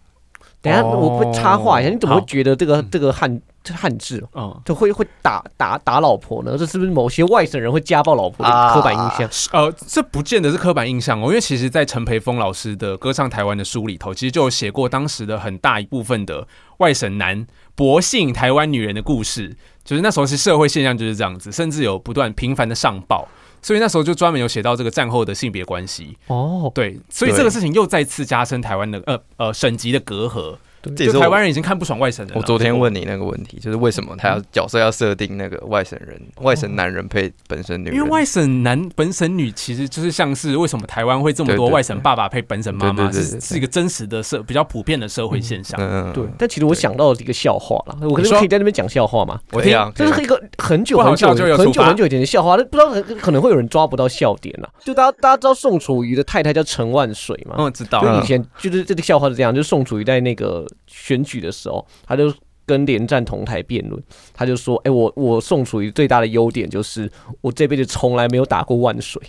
等一下哦我会插话一下，你怎么好会觉得这个嗯这个汉这汉字哦嗯，就会会打打打老婆呢？这是不是某些外省人会家暴老婆的啊刻板印象？呃，这不见得是刻板印象哦，因为其实，在陈培峰老师的《歌唱台湾》的书里头，其实就有写过当时的很大一部分的外省男薄幸台湾女人的故事，就是那时候是社会现象就是这样子，甚至有不断频繁的上报，所以那时候就专门有写到这个战后的性别关系。哦，对，所以对这个事情又再次加深台湾的呃呃省级的隔阂，这也就是台我湾人已啊经看不爽外省人了。我昨天问你那个问题，就是为什么他嗯要角色要设定那个外省人、外省男人配本身女人？哦因为外省男本省女其实就是像是为什么台湾会这么对多对外省爸爸配本省妈妈，对对对对是对是一个真实的社比较普遍的社会现象。嗯，对，但其实我想到了一个笑话啦，我你可能说可以在那边讲笑话吗？我听啊，这可是以一个很久不好很久笑就有很处久罚很久以前的笑话，那不知道可可能会有人抓不到笑点啊了、就大家大家知道宋楚瑜的太太叫陈万水嘛？嗯，知道。就以前就是这个笑话是这样，就是宋楚瑜在那个选举的时候，他就跟连战同台辩论，他就说：“哎、我我宋楚瑜最大的优点就是我这辈子从来没有打过万水。”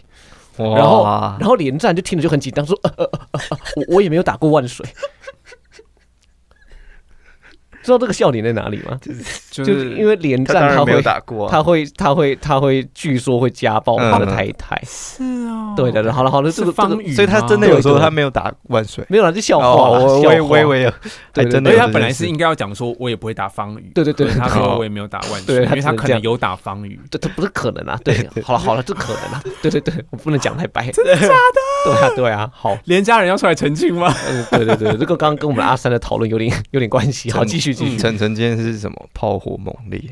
哇然后然后连战就听着就很紧张，说：“呃呃呃呃呃我我也没有打 *laughs* 过万水。”知道这个笑点在哪里吗？就就是因为为连他当战他然没有会打过、啊，他会他会他会据说会家暴他嗯的太太，是哦，对的，然后然后呢这是个这方个宇吗，所以他真的有说对对他没有打万岁。没有啦，这笑话啦，哦，我我以笑话我以为有，还对对真的而有这件事。且他本来是应该要讲说，我也不会打方宇，对对对可是他说哦我也没有打万岁，对因为他他只能可这能样有打方宇，这这不是可能啊，对，好了好了，这可能啊， *laughs* 对对对，我不能讲太白， *laughs* 真的假的？对啊对啊，好，连家人要出来澄清吗？嗯，对对对，这个刚刚跟我们阿三的讨论有点有点关系，好，继续继续，晨晨今天是什么炮火猛烈？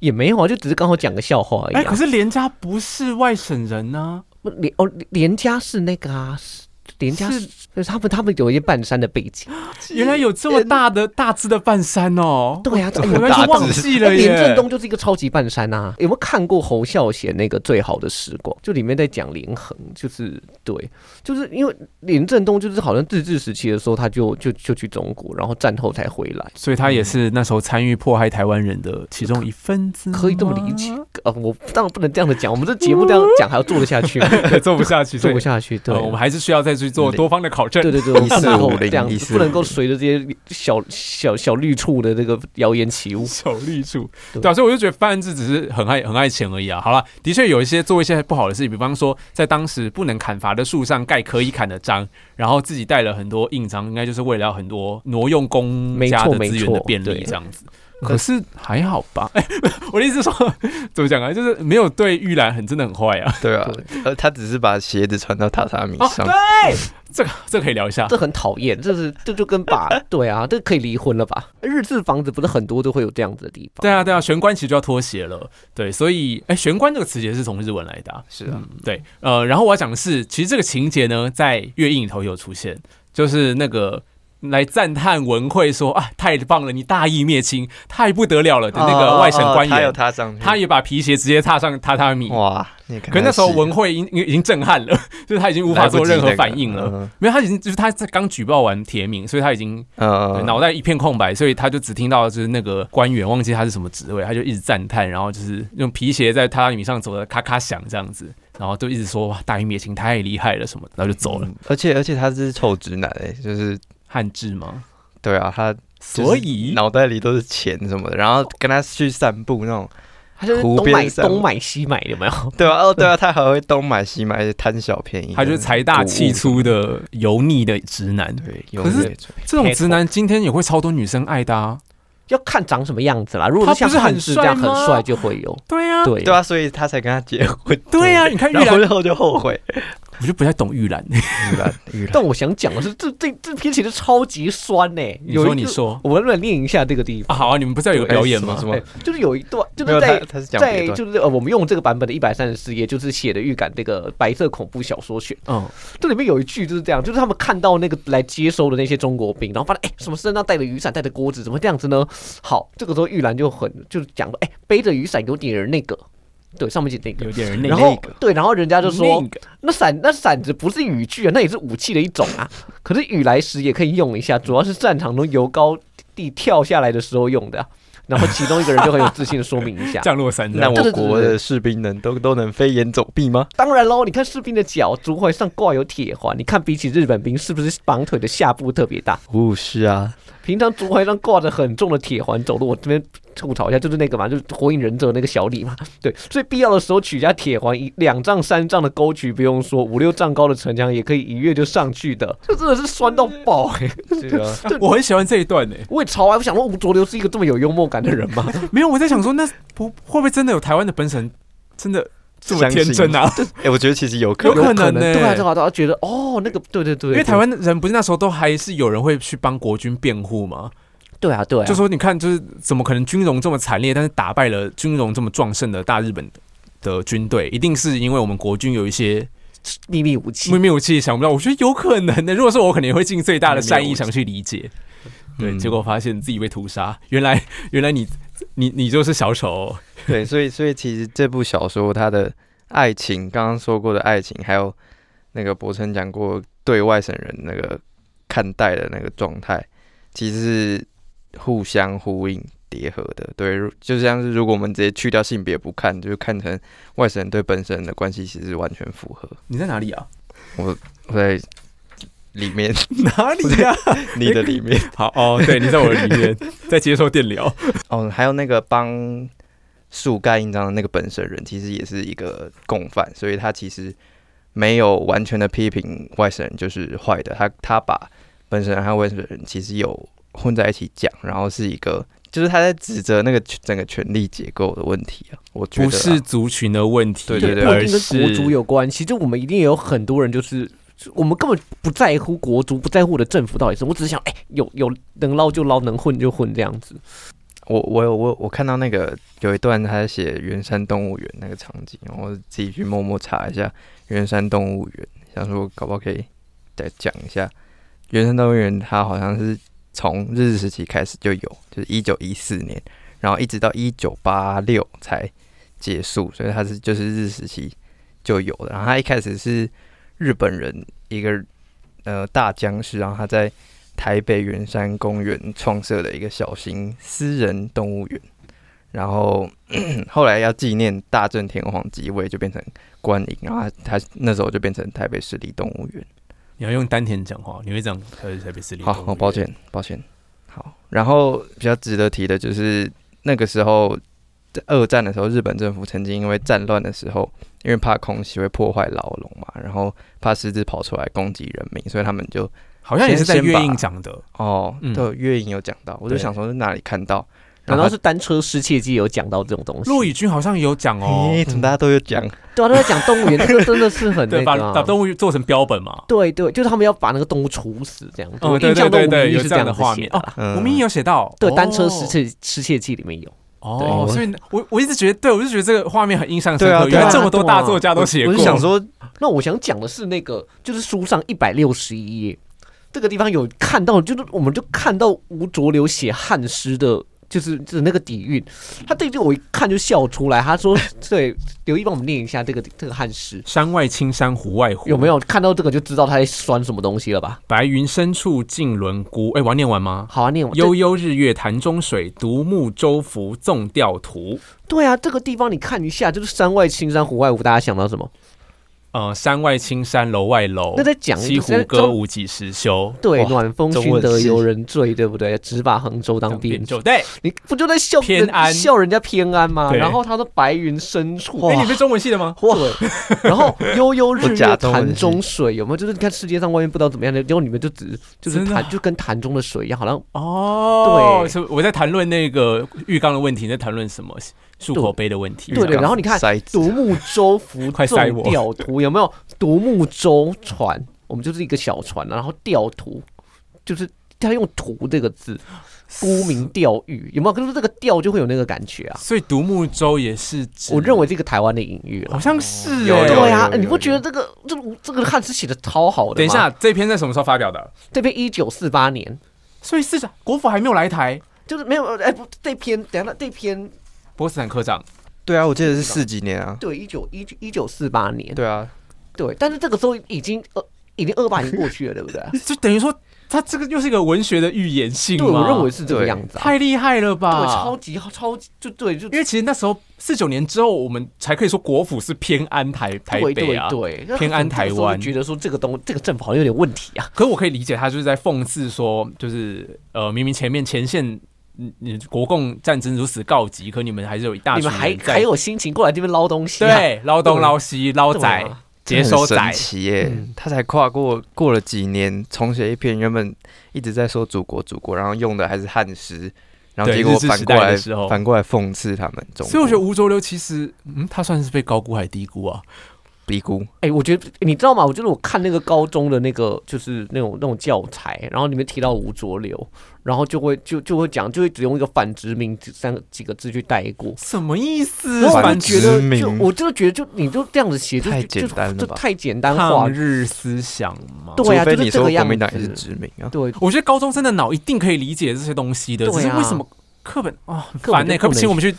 也没有啊，就只是刚好讲个笑话嗯而哎，已啊可。是连家不是外省人呢，不连哦连家是那个啊，是连家是哦是他们他们有一些半山的背景，原来有这么大的大只的半山哦，对啊，这么哎我呦原来大是忘只记那了耶。连振东就是一个超级半山啊！有没有看过侯孝贤那个《最好的时光》？就里面在讲连横，就是对，就是因为连振东就是好像日治时期的时候，他就就就去中国，然后战后才回来。所以他也是那时候参与迫害台湾人的其中一份子吗，嗯可以这么理解嗯呃，我当然不能这样子讲，我们这节目这样讲还要做得 *laughs* 下去吗？对， *laughs* 做不下去，做所不以下去，对呃，我们还是需要再去做多方的考证对。对对，我们不能够1450这样子， 1450不能够随着这些小小小绿处的这个谣言起舞。小利处，对对啊，所以我就觉得范案子只是很爱很爱钱而已啊。好了，的确有一些做一些不好的事情，比方说在当时不能砍伐的树上盖可以砍的章，然后自己带了很多印章，应该就是为了要很多挪用公家的没资错源的没错便利对这样子。可是还好吧， *laughs* 我的意思是说，怎么讲啊？就是没有对玉兰很真的很坏啊。对啊对，呃，他只是把鞋子穿到榻榻米哦，上，对，这个这个可以聊一下。这很讨厌，这是这就跟把对啊，这可以离婚了吧？日式房子不是很多都会有这样子的地方。对啊，对啊，玄关其实就要脱鞋了。对，所以哎，玄关这个词也是从日文来的啊、是啊，对，呃，然后我要讲的是，其实这个情节呢，在月影里头有出现，就是那个来赞叹文惠说啊，太棒了，你大义灭亲，太不得了了的那个外省官哦他员，有踏上去，他也把皮鞋直接踏上榻榻米。哇，你看可那时候他是文慧已经已经震撼了， *laughs* 就是他已经无法做任何反应嗯了。，没有，他已经就是他在刚举报完铁名，所以他已经呃，对嗯脑袋一片空白，所以他就只听到就是那个官员忘记他是什么职位，他就一直赞叹，然后就是用皮鞋在榻榻米上走的咔咔响这样子，然后就一直说哇大义灭亲太厉害了什么的，然后就走了。嗯而且而且他是臭直男哎，就是汉字吗？对啊，他所以脑袋里都是钱什么的，然后跟他去散步那种，他就是湖东边买散步东买西买，有没 *laughs* 有？对啊，哦对啊，他还会东买西买，而且贪小便宜，他就是财大气粗的油腻的直男，对，有可是那种这种直男今天也会超多女生爱的啊。要看长什么样子啦。如果他像不是很汉字这样帅吗很帅，就会有。对啊，对对啊，所以他才跟他结婚， *laughs* 对啊，你看玉然后兰，然后就后 *laughs* 悔，我就不太懂玉兰。玉兰玉兰但我想讲的是，这这这篇其实超级酸呢。你有说一你个说我们来念一下这个地 *laughs* 啊，方。好啊，你们不是要有个表演吗什？么哎什么就是有一段，就没有是他在他是讲在别段，就是呃，我们用这个版本的一百三十四页，就是写的预感这个白色恐怖小说选。嗯，这里面有一句就是这样，就是他们看到那个来接收的那些中国兵，然后发现哎、什么身上带着雨伞，带着锅子，怎么会这样子呢？好，这个时候玉兰就很就是讲了，哎、背着雨伞有点儿那个，对，上面写那个有。点人内然那后个对，然后人家就说那，个那伞那伞子不是雨具啊，那也是武器的一种啊。可是雨来时也可以用一下，主要是战场中由高地跳下来的时候用的啊、然后其中一个人就很有自信的说明 *laughs* 一下，降落伞 *laughs* 这那样，我对对对国的士兵能都都能飞檐走壁吗？当然喽，你看士兵的脚足踝上挂有铁环，你看比起日本兵是不是绑腿的下部特别大？哦不是啊，平常足踝上挂着很重的铁环走路，我这边吐槽一下，就是那个嘛，就是火影忍者那个小李嘛， *laughs* 对，所以必要的时候取下铁环，一两丈三丈的沟渠不用说，五六丈高的城墙也可以一跃就上去的， *laughs* 这真的是酸到爆哎、对啊，我很喜欢这一段欸呢。 *laughs* 我也超爱，我想说吴浊流是一个这么有幽默感的人 *laughs* 吗？没有，我在想说，那不会不会真的有台湾的本省真的这么天真啊？哎、我觉得其实有可有能，可能呢、对啊，对啊，对啊，觉得哦，那个对对对，因为对台湾人不是那时候都还是有人会去帮国军辩护吗？对啊对啊，就说你看，就是怎么可能军容这么惨烈，但是打败了军容这么壮盛的大日本的军队，一定是因为我们国军有一些秘密武器秘，密武器想不到。我觉得有可能的、如果说我肯定会尽最大的善秘密意武器想去理解，对，嗯结果发现自己被屠杀，原来原来你你你就是小丑哦、对，所以所以其实这部小说它的爱情，刚刚说过的爱情，还有那个伯承讲过对外省人那个看待的那个状态，其实是互相呼应叠合的。对，如就像是如果我们直接去掉性别不看，就看成外省人对本省人的关系，其实完全符合。你在哪里啊？我在里面， *laughs* *laughs* 哪里啊呀、你的里面。好哦，对你在我的里 *laughs* 面，在接受电疗。哦，还有那个帮树盖印章的那个本省人，其实也是一个共犯，所以他其实没有完全的批评外省人就是坏的，他他把本省人和外省人其实有混在一起讲，然后是一个就是他在指责那个整个权力结构的问题啊，我觉得不啊是族群的问题，对也对对不而一定是跟国族有关系，就我们一定也有很多人就是。我们根本不在乎国族，不在乎我的政府到底是什么，我只是想，哎、有有能捞就捞，能混就混这样子。我我有我我看到那个有一段他在写圆山动物园那个场景，然后我自己去默默查一下圆山动物园，想说搞不好可以再讲一下圆山动物园，它好像是从日治时期开始就有，就是一九一四年，然后一直到一九八六才结束，所以它是就是日治时期就有的。然后它一开始是日本人一个呃大僵尸，然后他在台北圆山公园创设的一个小型私人动物园，然后 *clears throat* 后来要纪念大正天皇即位，就变成关营，然后他他那时候就变成台北市立动物园。你要用丹田讲话，你会这样呃特别是好，好，抱。歉，抱歉。好，然后比较值得提的就是那个时候，在二战的时候，日本政府曾经因为战乱的时候，因为怕空袭会破坏牢笼嘛，然后怕狮子跑出来攻击人民，所以他们就好像也是在先先月把印讲的，哦，嗯对，月影有讲到，我就对想说是哪里看到，难然后道他是单车失窃机有讲到这种东西？陆以君好像有讲哦诶，怎么大家都有讲？对啊，他在讲动物园，这个真的是很 *laughs* 那对，个、把啊把。动物做成标本嘛。对对，就是他们要把那个动物处死这样子。哦我对印象对中对吴明有义是这样的子画写面的啊啦哦嗯我们也有写到，对，哦单车失窃失窃记里面有。哦，对所以我我一直觉得，对我就觉得这个画面很印象深对啊刻，对原啊来这么多对啊大作家都写我过。就想说，那我想讲的是那个，就是书上一百六十一页这个地方有看到，就是我们就看到吴浊流写汉诗的。就是就是那个底蕴，他这句我一看就笑出来。他说：“对，刘毅帮我们念一下这个这个汉诗，山外青山湖外湖，有没有看到这个就知道他在酸什么东西了吧白云深处近轮孤？”哎，我要念完吗？？好啊，念完。悠悠日月潭中水，独木舟浮纵钓图。对啊，这个地方你看一下，就是山外青山湖外湖，大家想到什么？呃，山外青山楼外楼，那在讲西湖歌舞几时休？对，哇暖风中熏文得系游人醉，对不对？只把杭州当汴州，对，你不就在笑偏人安笑人家偏安吗？对然后他说白云深处，哎，你哇不是中文系的吗？哇，然后悠悠日我假月中文潭系中水，有没有？就是你看世界上外面不知道怎么样的，然后你们就只就是真的潭就跟潭中的水一样，好像哦，对是我在谈论那个浴缸的问题，你在谈论什么漱口杯的问题？对这对。样然后你看塞子独木舟浮快塞纵我钓图，有没有？独木舟船，我们就是一个小船，然后钓图就是。他用“图”这个字，沽名钓誉，有没有？可是这个“钓”就会有那个感觉啊。所以独木舟也是指，我认为这个台湾的隐喻好了。像是有哎有对啊，有你不有觉得这个这个这个汉字写的超好的？等一下，，这篇在什么时候发表的？这篇一九四八年，所以市长国府还没有来台，就是没有哎不，这篇等一下这篇波斯坦科长对啊，我记得是四几年啊，对一九一一九四八年对啊，对，但是这个时候已经呃已经二八已经过去 *laughs* 了，对不啊对？就等于说他这个又是一个文学的预言性对，我吗认为是这个对样子啊，太厉害了吧，对，超级超级就对就因为其实那时候四九年之后，我们才可以说国府是偏安台台对北对啊。对，那偏安台这个时候湾就觉得说这个东这个政府好像有点问题啊，可我可以理解他就是在讽刺说，就是呃，明明前面前线。嗯嗯，国共战争如此告急，可你们还是有一大你群们还人在还有心情过来这边捞东西啊？对捞东捞西捞对仔啊接收真的仔嗯很神，奇耶、他才跨过过了几年，重写一篇原本一直在说祖国祖国，然后用的还是汉诗，然后对结果日治反时过代来的时候反过来讽刺他们中国，所以我觉得吴浊流其实，嗯，他算是被高估还是低估啊？低估，哎、我觉得你知道吗？我觉得我看那个高中的那个就是那种那种教材，然后里面提到吴浊流，然后就会就就会讲，就会只用一个反殖民这三个几个字去带过。什么意思然后我反就觉得，殖就民我真的觉得就，你就这样子写，就太就简单了就吧太简单化抗。日思想嘛？对啊除非就是你这说个国民党也样是子殖民啊，对，我觉得高中生的脑一定可以理解这些东西的，对啊只是为什么课本啊很课烦本呢？就可不不能请我们去，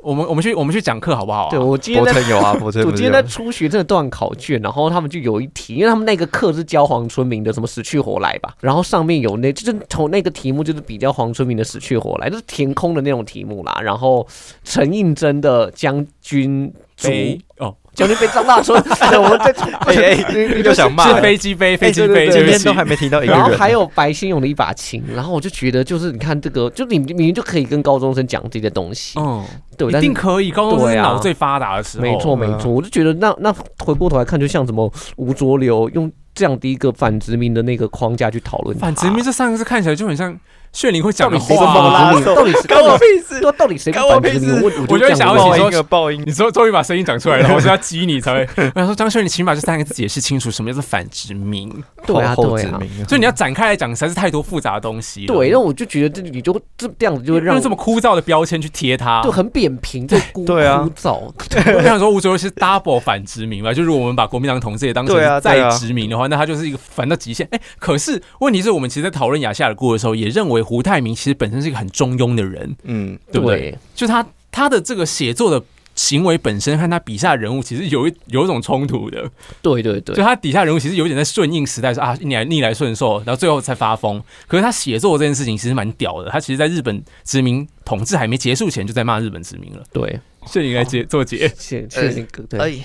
我们我们去我们去讲课好不好啊？对我今天伯在，承有啊，伯承 *laughs* 我不今是天在有。初学真的断考卷，然后他们就有一题，因为他们那个课是教黄春明的什么死去活来吧，然后上面有那就是从那个题目就是比较黄春明的死去活来，就是填空的那种题目啦，然后陈应真的将军卒悲哦，酒店被张大 *laughs* 春，对我们在哎哎， *laughs* 又想骂是了，哎飞机杯，飞机杯，哎对今对不天起都还没提到一个然后还人，有白先勇的一把琴，然后我就觉得，就是你看这个，就你明明就可以跟高中生讲这些东西，嗯，对，一但是定可以。高中生对是啊脑最发达的时候，没错对啊没错，我就觉得那那回过头来看，就像什么吴浊流用这样的一个反殖民的那个框架去讨论它反殖民这三个字看起来就很像炫灵会讲到的底谁是不懂话、啦啊。反殖民，到底关是到我底屁事对，啊到底谁是关我反屁殖事民？我我就就会想报要你问应说啊报应你，说终于把声音讲出 *laughs* 来了，我是要激你才会。我想说张炫，你起码这三个字解释清楚什么叫做反殖民，对啊后后对殖啊，民所以你要展开来讲，实在是太多复杂的东西了。对，那我就觉得这你就这这样子就会让用这么枯燥的标签去贴它。就很扁平，就 *laughs* 枯对啊枯燥， *laughs* 我想说，吴哲是 double 反殖民吧？就如果我们把国民党统治也当成对啊是对再啊殖民的话，那他就是一个反到极限。哎、可是问题是我们其实，在讨论亚细亚的故事的时候，也认为胡泰明其实本身是一个很中庸的人，嗯，对不对？对就他他的这个写作的行为本身和他笔下的人物其实有一有一种冲突的，对对就对，他底下人物其实有点在顺应时代说啊逆来逆来顺受，然后最后才发疯。可是他写作这件事情其实蛮屌的，他其实在日本殖民统治还没结束前就在骂日本殖民了，对，所以你应该结做结。谢呃谢那个对。哎，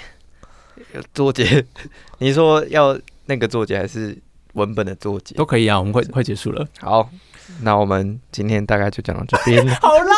作结， *laughs* 你说要那个作结还是文本的作结？都可以啊，我们快快结束了。好，那我们今天大概就讲到这边。好了，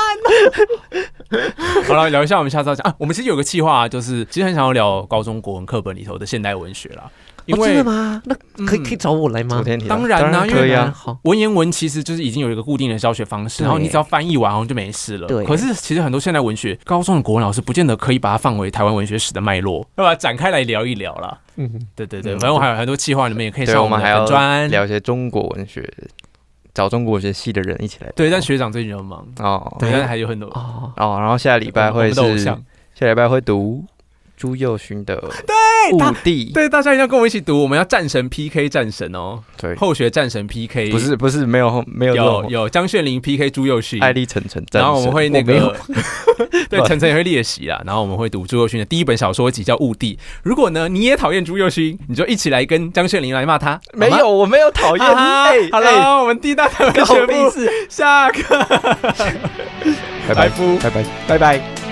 *laughs* 聊一下我们下次要讲啊。我们其实有个计划、啊，就是其实很想要聊高中国文课本里头的现代文学啦，因哦、真为、的吗？那可以、嗯可以找我来吗昨？天提到 *laughs* 当然啊因为可以啊，好，文言文其实就是已经有一个固定的教学方式，对然后你只要翻译完，好像就没事了。对可是其实很多现代文学，高中的国文老师不见得可以把它放为台湾文学史的脉络，要把它展开来聊一聊啦。嗯，对对对，嗯反正我还有很多计划，你们也可以对，上我们的还要粉专。聊一些中国文学，找中国文学系的人一起来。对，但学长最近很忙，哦，对，但还有很多。哦，哦，然后下礼拜我们会的偶是像下礼拜会读朱佑勋的 *laughs* 对他《五帝》，对，大家一定要跟我一起读，我们要战神 PK 战神哦，对，后学战神 PK 不是不是没有没有这有种有张炫林 PK 朱佑勋，艾丽晨晨，然后我们会那我没个有， *laughs* 对，晨晨也会练习啦。然后我们会读朱佑勋的第一本小说集叫《雾地》。如果呢你也讨厌朱佑勋，你就一起来跟张炫林来骂他。没有，我没有讨厌，好吗，哎，啊好哎，了，我们地大台湾搞学屁部事，下课。拜拜拜夫拜拜拜拜。